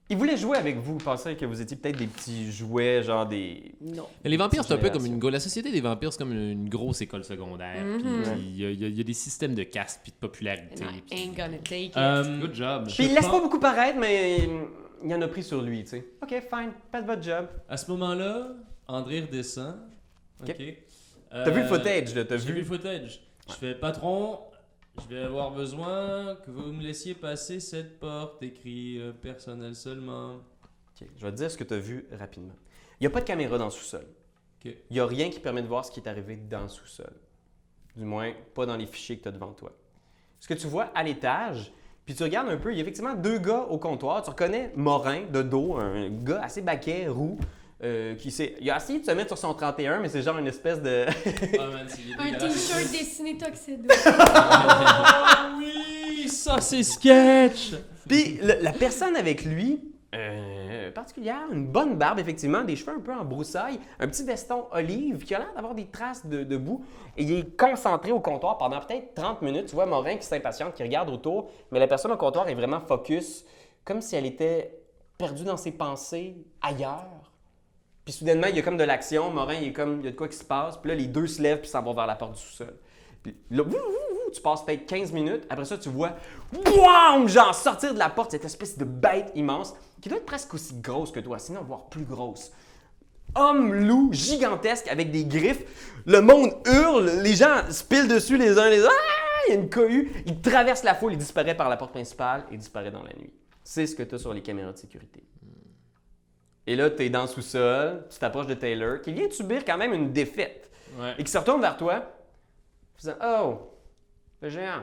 B: il voulait jouer avec vous. Il pensait que vous étiez peut-être des petits jouets, genre des.
C: Non.
D: Mais les vampires, c'est un peu comme une
B: Génération.
D: go- La société des vampires, c'est comme une, une grosse école secondaire. puis Il y, a- il y a- il y a des systèmes de caste puis de popularité.
C: I
D: puis-
C: ain't gonna take it.
A: Euh,
D: Good job.
B: Puis il laisse
A: pense-
B: pas beaucoup paraître, mais hum, il y en a pris sur lui, tu sais. Ok, fine, faites votre job.
A: À ce moment-là, André redescend.
B: Ok.
A: Ok.
B: T'as vu le footage, là, t'as
A: J'ai Euh, vu
B: vu.
A: le footage. Je fais patron, je vais avoir besoin que vous me laissiez passer cette porte, écrit euh, personnel seulement.
B: Ok, je vais te dire ce que t'as vu rapidement. Il n'y a pas de caméra dans le sous-sol.
A: Ok.
B: Il n'y a rien qui permet de voir ce qui est arrivé dans le sous-sol. Du moins, pas dans les fichiers que tu as devant toi. Ce que tu vois à l'étage, puis tu regardes un peu, il y a effectivement deux gars au comptoir. Tu reconnais Morin de dos, un gars assez baquet, roux, euh, qui s'est. Il a essayé de se mettre sur son 31, mais c'est genre une espèce de.
A: Ah man, c'est
C: Un
A: dégueulasse.
C: t-shirt dessiné Tuxedo.
A: Ah oui, ça c'est sketch.
B: Puis le- la personne avec lui, euh, particulière, une bonne barbe, effectivement, des cheveux un peu en broussaille, un petit veston olive qui a l'air d'avoir des traces de, de boue. Et il est concentré au comptoir pendant peut-être 30 minutes. Tu vois Morin qui s'impatiente, qui regarde autour, mais la personne au comptoir est vraiment focus, comme si elle était perdue dans ses pensées ailleurs. Puis soudainement, il y a comme de l'action. Morin, il, est comme, il y a de quoi qui se passe. Puis là, les deux se lèvent puis s'en vont vers la porte du sous-sol. Puis là, ouh, ouh, ouh, tu passes peut-être 15 minutes. Après ça, tu vois, boum, genre sortir de la porte cette espèce de bête immense qui doit être presque aussi grosse que toi, sinon voire plus grosse. Homme loup gigantesque avec des griffes. Le monde hurle, les gens se pilent dessus les uns les autres. Ah! Il y a une cohue. Il traverse la foule, il disparaît par la porte principale et disparaît dans la nuit. C'est ce que tu as sur les caméras de sécurité. Et là, tu es dans le sous-sol, tu t'approches de Taylor, qui vient de subir quand même une défaite. Et qui se retourne vers toi, faisant Oh, le géant.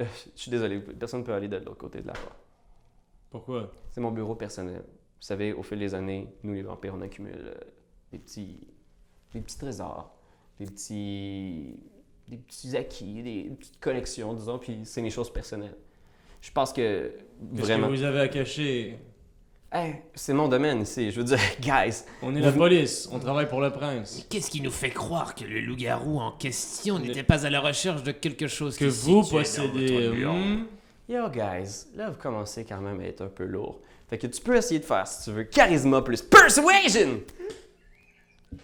B: Euh, Je suis désolé, personne ne peut aller de l'autre côté de la porte.
A: Pourquoi
B: C'est mon bureau personnel. Vous savez, au fil des années, nous les vampires, on accumule euh, des petits, des petits trésors, des petits, des petits acquis, des petites collections, disons, puis c'est mes choses personnelles. Je pense que
A: Qu'est-ce que
B: vraiment.
A: vous avez à cacher
B: Hey, c'est mon domaine ici. Je veux dire, guys,
A: On est la police, on travaille pour le prince.
F: Qu'est-ce qui nous fait croire que le loup-garou en question n'était pas à la recherche de quelque chose
A: Que
F: qui
A: vous
F: situait dans votre
A: possédez.
F: mur?
A: hmm?
B: Yo guys, là vous commencez quand même à être un peu lourd. Fait que tu peux essayer de faire, si tu veux, charisma plus persuasion!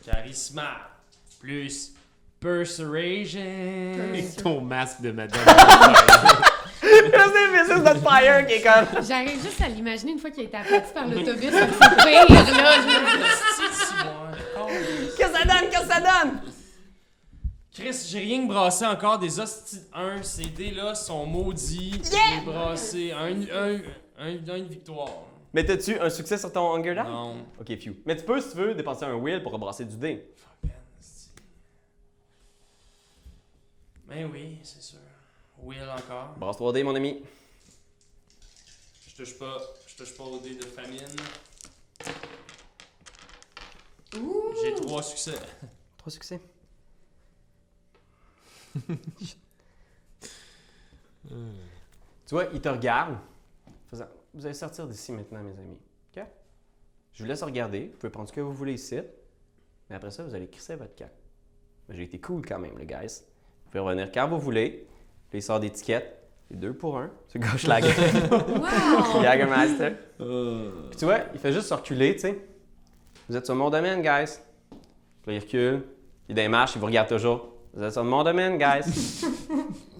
A: Charisma plus
C: Euh,
A: persuasion.
D: Avec ton masque de madame.
B: Là, c'est Mrs. Nutfire qui est comme.
C: J'arrive juste à l'imaginer une fois qu'il a été aplati par l'autobus. comme c'est pire, là. je me dis,
A: hein.
C: Oh.
B: Qu'est-ce que ça donne? Qu'est-ce que ça donne?
A: Chris, j'ai rien que brassé encore des hosties. Un, ces dés-là sont maudits. J'ai brassé un, un, un- un- une victoire.
B: Mais t'as-tu un succès sur ton Hunger Die?
A: Non.
B: Ok, phew. Mais tu peux, si tu veux, dépenser un will pour rebrasser du dé.
A: Mais Ben oui, c'est sûr. Will encore.
B: Brasse 3 dés, mon ami.
A: Je touche pas, je touche pas au dés de famine.
C: Ouh.
A: J'ai trois succès.
B: 3 succès. tu vois, il te regarde. faisant, Vous allez sortir d'ici maintenant, mes amis. OK? Je vous laisse regarder. Vous pouvez prendre ce que vous voulez ici. Mais après ça, vous allez crisser votre camp. Mais J'ai été cool quand même, les gars. Vous pouvez revenir quand vous voulez. Là, il sort des tickets. C'est deux pour un. Tu gauche la gueule.
C: Wow.
B: Jagermeister. Puis tu vois, il fait juste se reculer, tu sais. Vous êtes sur mon domaine, guys. Puis là, il recule. Il démarche, il vous regarde toujours. Vous êtes sur mon domaine, guys.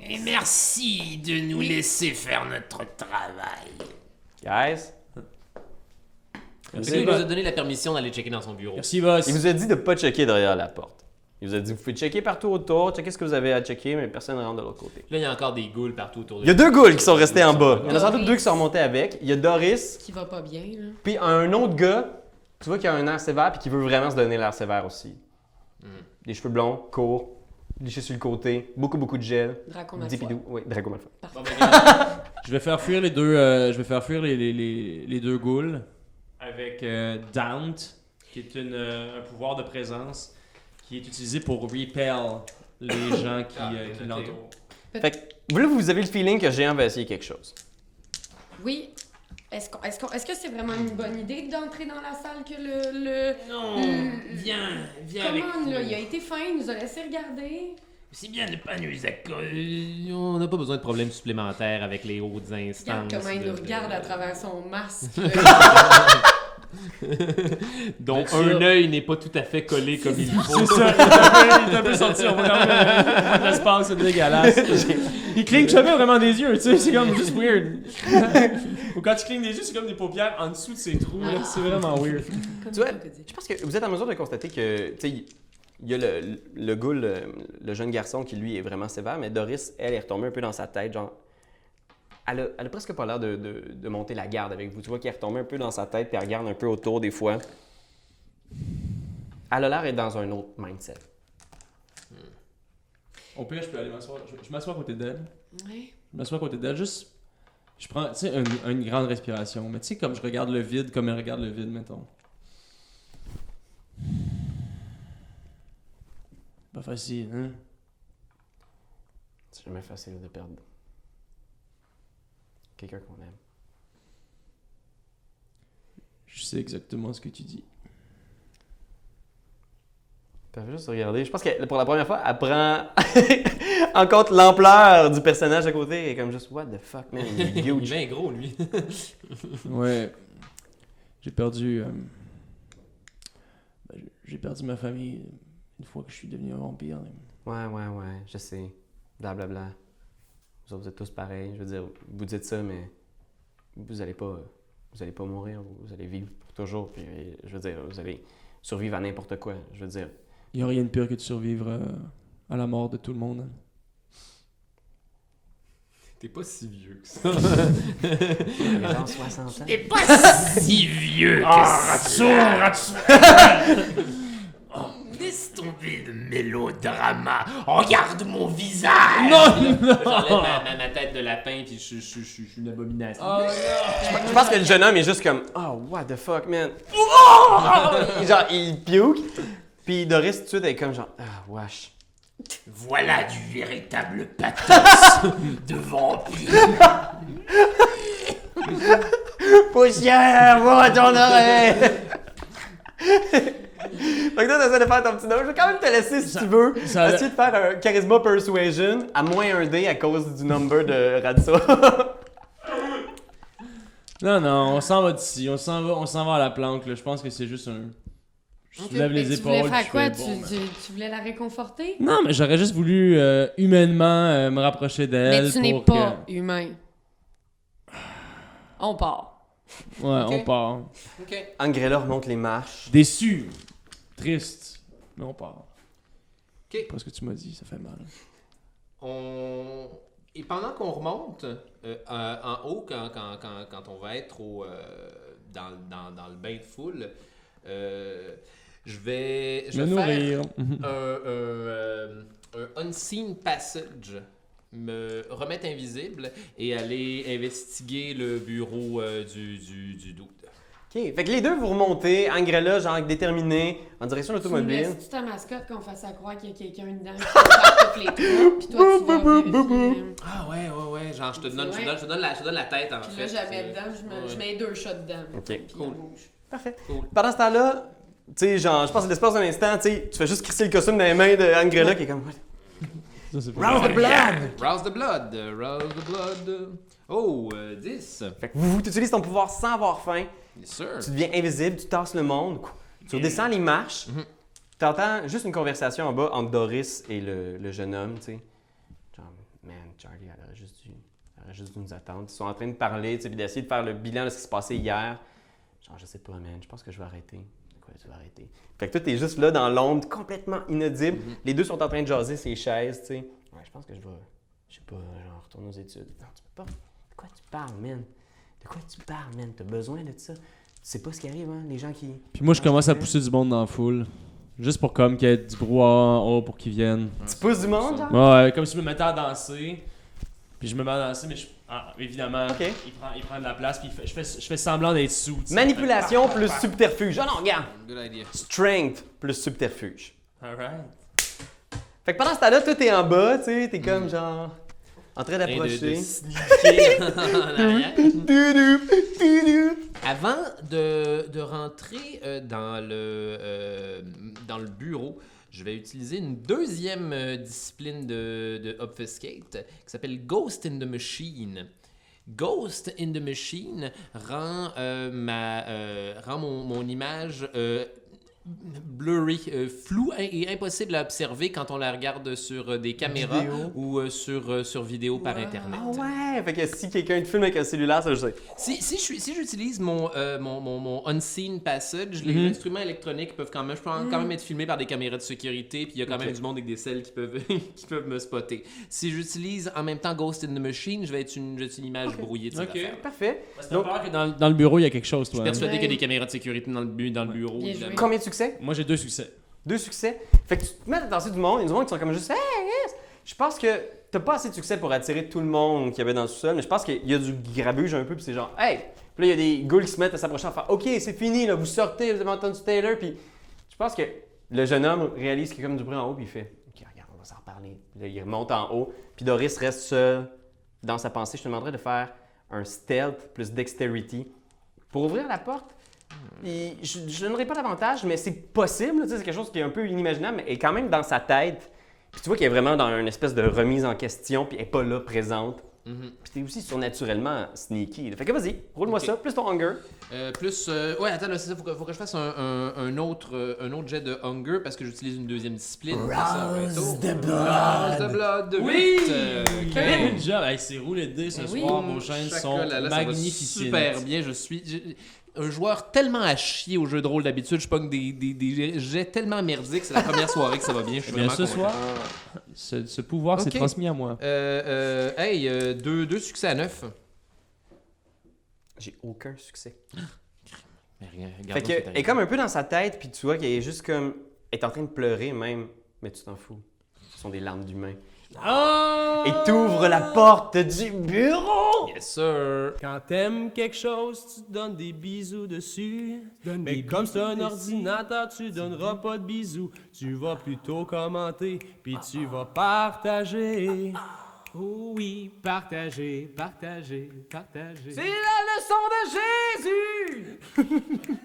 F: Et merci de nous laisser faire notre travail.
B: guys.
D: Parce qu'il nous a donné la permission d'aller checker dans son bureau.
A: Merci, boss.
B: Il vous a dit de pas checker derrière la porte. Il vous a dit, vous pouvez checker partout autour, checker ce que vous avez à checker, mais personne ne rentre de l'autre côté.
D: Là, il y a encore des ghouls partout autour de
B: Il y a deux ghouls qui sont restés en bas. Il y en a sans doute
C: Doris.
B: deux qui sont remontés avec. Il y a Doris,
C: Qui va pas bien, là.
B: puis un autre gars, tu vois qu'il a un air sévère puis qui veut vraiment se donner l'air sévère aussi. Des cheveux blonds, courts, lichés sur le côté, beaucoup, beaucoup de gel.
C: Draco Malfoy.
B: Dipidou, oui, Drago Malfoy.
D: Bon, ben, regarde,
E: Je vais faire fuir les deux, euh, je vais faire fuir les, les, les, les deux ghouls avec euh, Daunt, qui est une, euh, un pouvoir de présence qui est utilisé pour repel les gens qui,
D: Ah,
E: euh, qui
D: ok.
E: l'entourent.
B: Fait que, là, vous avez le feeling que Géant va essayer quelque chose.
C: Oui. Est-ce qu'on- est-ce qu'on- est-ce que c'est vraiment une bonne idée d'entrer dans la salle que le. le...
F: Non, viens, viens avec
C: Comment, là?
F: nous.
C: Il a été fin, il nous a laissé regarder.
F: C'est bien de pas nous accorder.
D: euh, on n'a pas besoin de problèmes supplémentaires avec les hautes instances.
E: Ah,
C: Regarde comment il
D: de-
C: nous
D: de-
C: regarde à travers son masque.
A: Bien
D: Donc,
A: sûr.
D: un œil n'est pas tout à fait collé comme il faut.
A: Il t'a un peu sorti, on va quand même. euh, L'espace, c'est dégueulasse. Il cligne jamais vraiment des yeux, tu sais, c'est comme juste weird. Ou quand tu clignes des yeux, c'est comme des paupières en dessous de ses trous, là,
D: Ah.
A: c'est vraiment weird.
B: Tu vois, je pense que vous êtes en mesure de constater que, tu sais, il y a le, le, le ghoul, le, le jeune garçon qui, lui, est vraiment sévère, mais Doris, elle, est retombée un peu dans sa tête, genre... Elle a, elle a presque pas l'air de, de- de monter la garde avec vous. Tu vois qu'elle est retombée un peu dans sa tête, puis elle regarde un peu autour des fois. Elle a l'air d'être dans un autre mindset.
E: Au pire, je peux aller m'asseoir. Je, je m'assois à côté d'elle.
C: Ouais.
E: Je m'assois à côté d'elle, juste. Je prends, tu sais, un- une grande respiration. Mais tu sais, comme je regarde le vide, comme elle regarde le vide, mettons. Pas facile, hein?
B: C'est jamais facile de perdre quelqu'un qu'on aime.
E: Je sais exactement ce que tu dis.
B: Puis elle fait juste regarder. Je pense que pour la première fois, elle prend en compte l'ampleur du personnage à côté. Et comme juste, what the fuck, man, il est
D: Il est
B: huge.
D: bien gros, lui.
E: Ouais. J'ai perdu. euh, ben, j'ai- J'ai perdu ma famille une fois que je suis devenu un vampire.
B: Ouais, ouais, ouais, je sais. Blablabla. Vous autres, vous êtes tous pareils. Je veux dire, vous dites ça, mais vous allez pas, vous allez pas mourir. Vous allez vivre pour toujours. Puis, euh, je veux dire, vous allez survivre à n'importe quoi. Je veux dire,
E: Il n'y a rien de pire que de survivre euh, à la mort de tout le monde. hein.
D: T'es pas si vieux que ça.
B: il y a genre 60 ans.
F: T'es pas si vieux que
A: Ratso,
F: ça.
A: ratso.
F: Oh, Laisse tomber le mélodrama. Regarde mon visage.
D: J'enlève ma, ma- ma tête de lapin, puis je, je- je- je- je suis une abomination.
C: Ah.
B: Je pense que le jeune homme est juste comme Oh, what the fuck, man. genre, il puke. Puis Doris, tout de suite, elle est comme genre Ah, wesh.
F: Voilà du véritable pathos de vampire.
B: Poussière, va ton oreille! Donc toi, t'essaies de faire ton petit nom. Je vais quand même te laisser si tu veux.
A: ça-
B: Essayer de faire un charisma persuasion à moins un dé à cause du number de Radso.
E: Non, non, on s'en va d'ici. On s'en va, on s'en va à la planque. là. Je pense que c'est juste un. Je soulève
C: Fait
E: les
C: que tu voulais
E: épaules. puis
C: faire
E: je
C: quoi?
E: fais,
C: Tu,
E: bon, ben-
C: tu- tu voulais la réconforter?
E: Non, mais j'aurais juste voulu euh, humainement euh, me rapprocher d'elle.
C: Mais tu n'es
E: pour
C: pas humain. On part.
E: que- Ouais, on part.
B: Angrella remonte les marches.
E: Déçu, triste, mais on part.
D: Ok.
E: Parce que tu m'as dit, ça fait mal.
D: On- Et pendant qu'on remonte euh, euh, en haut, quand, quand- quand- quand on va être au, euh, dans, dans- dans le bain de foule, euh, je vais, je
E: Me
D: vais faire
E: nourrir.
D: un, un, euh, un unseen passage, me remettre invisible et aller investiguer le bureau euh, du, du, du doute.
B: Ok, fait que les deux vous remontez. Angrella, genre déterminée, en direction de
C: Tu nous
B: l'automobile.
C: laisses-tu ta mascotte qu'on fasse à croire qu'il y a quelqu'un dedans qui va toutes les trois, puis toi, tu vas vérifier, euh,
D: Ah ouais, ouais, ouais, genre je te donne, je te
C: Ouais.
D: donne, je te donne la, je te donne la tête en
C: Puis
D: fait.
C: là, j'avais
D: Euh,
C: dedans, je, me-
D: ouais.
C: je mets deux shots dedans.
B: Ok.
C: Puis on
D: Cool.
C: bouge.
B: Pendant ce temps-là, tu sais, genre, je pense que l'espace d'un instant, tu sais, tu fais juste crisser le costume dans les mains de Angrella qui est comme.
E: Ça, c'est pas-
F: Round the blood.
D: Rouse the blood, euh, rouse the blood. Oh, euh, 10.
B: Fait que vous, tu utilises ton pouvoir sans avoir faim.
D: Yes, sir.
B: Tu deviens invisible, tu tasses le monde, tu redescends les marches, t'entends juste une conversation en bas entre Doris et le, le jeune homme, tu sais. Genre, man, Charlie, elle aurait juste dû, elle aurait juste dû nous attendre. Ils sont en train de parler, tu sais, puis d'essayer de faire le bilan de ce qui s'est passé hier. Genre, je sais pas, man, je pense que je vais arrêter. quoi, tu vas arrêter. Fait que toi, t'es juste là dans l'ombre, complètement inaudible. Les deux sont en train de jaser ces chaises, tu sais. Ouais, je pense que je vais, je sais pas, genre, retourner aux études. Non, tu peux pas. De quoi tu parles, man? De quoi tu parles, man? T'as besoin de ça? Tu sais pas ce qui arrive, hein? Les gens qui.
E: Puis moi, je commence à pousser du monde dans la foule. Juste pour comme qu'il y ait du brouhaha en haut pour qu'ils viennent.
B: Tu pousses du monde,
C: Ah.
B: genre?
E: Ouais, comme si je me mettais à danser. Puis je me mets à danser, mais je- ah, évidemment,
B: Ok.
E: il, prend, il prend de la place. Puis il fait- je, fais, je fais semblant d'être sous. tu sais.
B: Manipulation plus subterfuge. Ah non, regarde!
D: Good idea.
B: Strength plus subterfuge.
E: Alright.
B: Fait que pendant ce temps-là, toi, t'es en bas, tu sais, t'es comme genre. En train
D: Rien Mm. de, de
B: d'approcher.
D: sneaker en arrière.
B: Doudou, doudou.
D: Avant de, de rentrer euh, dans, le, euh, dans le bureau, je vais utiliser une deuxième euh, discipline de, de Obfuscate euh, qui s'appelle Ghost in the Machine. Ghost in the Machine rend, euh, ma, euh, rend mon, mon image euh, blurry, euh, floue in- et impossible à observer quand on la regarde sur euh, des caméras
B: Vidéo.
D: ou euh, sur, euh, sur vidéo par Internet.
B: Ah ouais! Fait que si quelqu'un te filme avec un cellulaire, ça, je sais.
D: Si, si je suis- si j'utilise mon, euh, mon, mon, mon unseen passage, les
E: Mhm.
D: instruments électroniques peuvent quand même, je peux quand même être filmé par des caméras de sécurité, puis il y a quand
B: Ok.
D: même du monde avec des selles qui peuvent, qui peuvent me spotter. Si j'utilise en même temps Ghost in the Machine, je vais être une, je vais être une image brouillée de cette
E: Ok.
D: affaire.
B: Parfait.
E: Parce que
B: Donc-
E: t'as peur que dans, dans le bureau, il y a quelque chose,
D: Je suis
E: toi. hein?
D: persuadé
C: Ouais.
D: qu'il y a des caméras de sécurité dans le, bu- dans le bureau.
C: Bien
D: évidemment.
B: Combien de succès?
E: Moi, j'ai deux succès.
B: Deux succès. Fait que tu te mets à t'attention du monde. Il y a du monde qui sont comme juste Hey, yes! Je pense que t'as pas assez de succès pour attirer tout le monde qu'il y avait dans le sous-sol, mais je pense qu'il y a du grabuge un peu, puis c'est genre Hey! Puis là, il y a des ghouls qui se mettent à s'approcher en faire Ok, c'est fini, là, vous sortez, vous avez entendu Taylor, puis je pense que le jeune homme réalise qu'il y a comme du bruit en haut, puis il fait Ok, regarde, on va s'en reparler. Puis là, il remonte en haut, puis Doris reste seul dans sa pensée. Je te demanderais de faire un stealth plus dexterity pour ouvrir la porte. Il- je ne donnerai pas d'avantage, mais c'est possible. tu sais, C'est quelque chose qui est un peu inimaginable, mais est quand même dans sa tête. Puis tu vois qu'elle est vraiment dans une espèce de remise en question, puis elle n'est pas là, présente.
D: Mhm.
B: Puis t'es aussi surnaturellement sneaky. là. Fait que vas-y, roule-moi
D: Ok.
B: ça, plus ton hunger.
D: Euh, plus, euh, ouais, attends, là, c'est ça, faut que, faut que je fasse un, un- un autre, euh, un autre jet de hunger parce que j'utilise une deuxième discipline. Rose de blood. Rose de blood.
E: Oui!
D: huit, euh, quinze.
E: Quel job! Hey, ces roulés de dés
D: Eh
E: ce
C: Oui.
E: soir, vos chaînes
D: Chacun,
E: sont
D: là, là, ça va
E: magnifiques.
D: Super bien, je suis j'ai- un joueur tellement à chier au jeu de rôle d'habitude, je pogne des, des, des jets tellement merdiques, c'est la première soirée que ça va bien, je suis
E: Eh bien,
D: vraiment
E: ce
D: content.
E: soir, ce, ce pouvoir
D: Ok.
E: s'est transmis à moi.
D: Euh, euh, hey, euh, deux, deux succès à neuf.
B: J'ai aucun succès.
D: Mais rien,
B: Fait
D: regardons
B: que,
D: ce qui
B: elle est
D: t'arrive.
B: comme un peu dans sa tête, puis tu vois qu'elle est juste comme. Elle est en train de pleurer même, mais tu t'en fous. Ce sont des larmes d'humain.
D: Ah!
B: Et t'ouvres la porte du bureau!
D: Yes, sir.
H: Quand t'aimes quelque chose, tu donnes des bisous dessus. Mais comme c'est un ordinateur, tu donneras pas de bisous. Tu vas plutôt commenter, puis tu vas partager. Oh oui, partager, partager, partager.
B: la leçon de Jésus!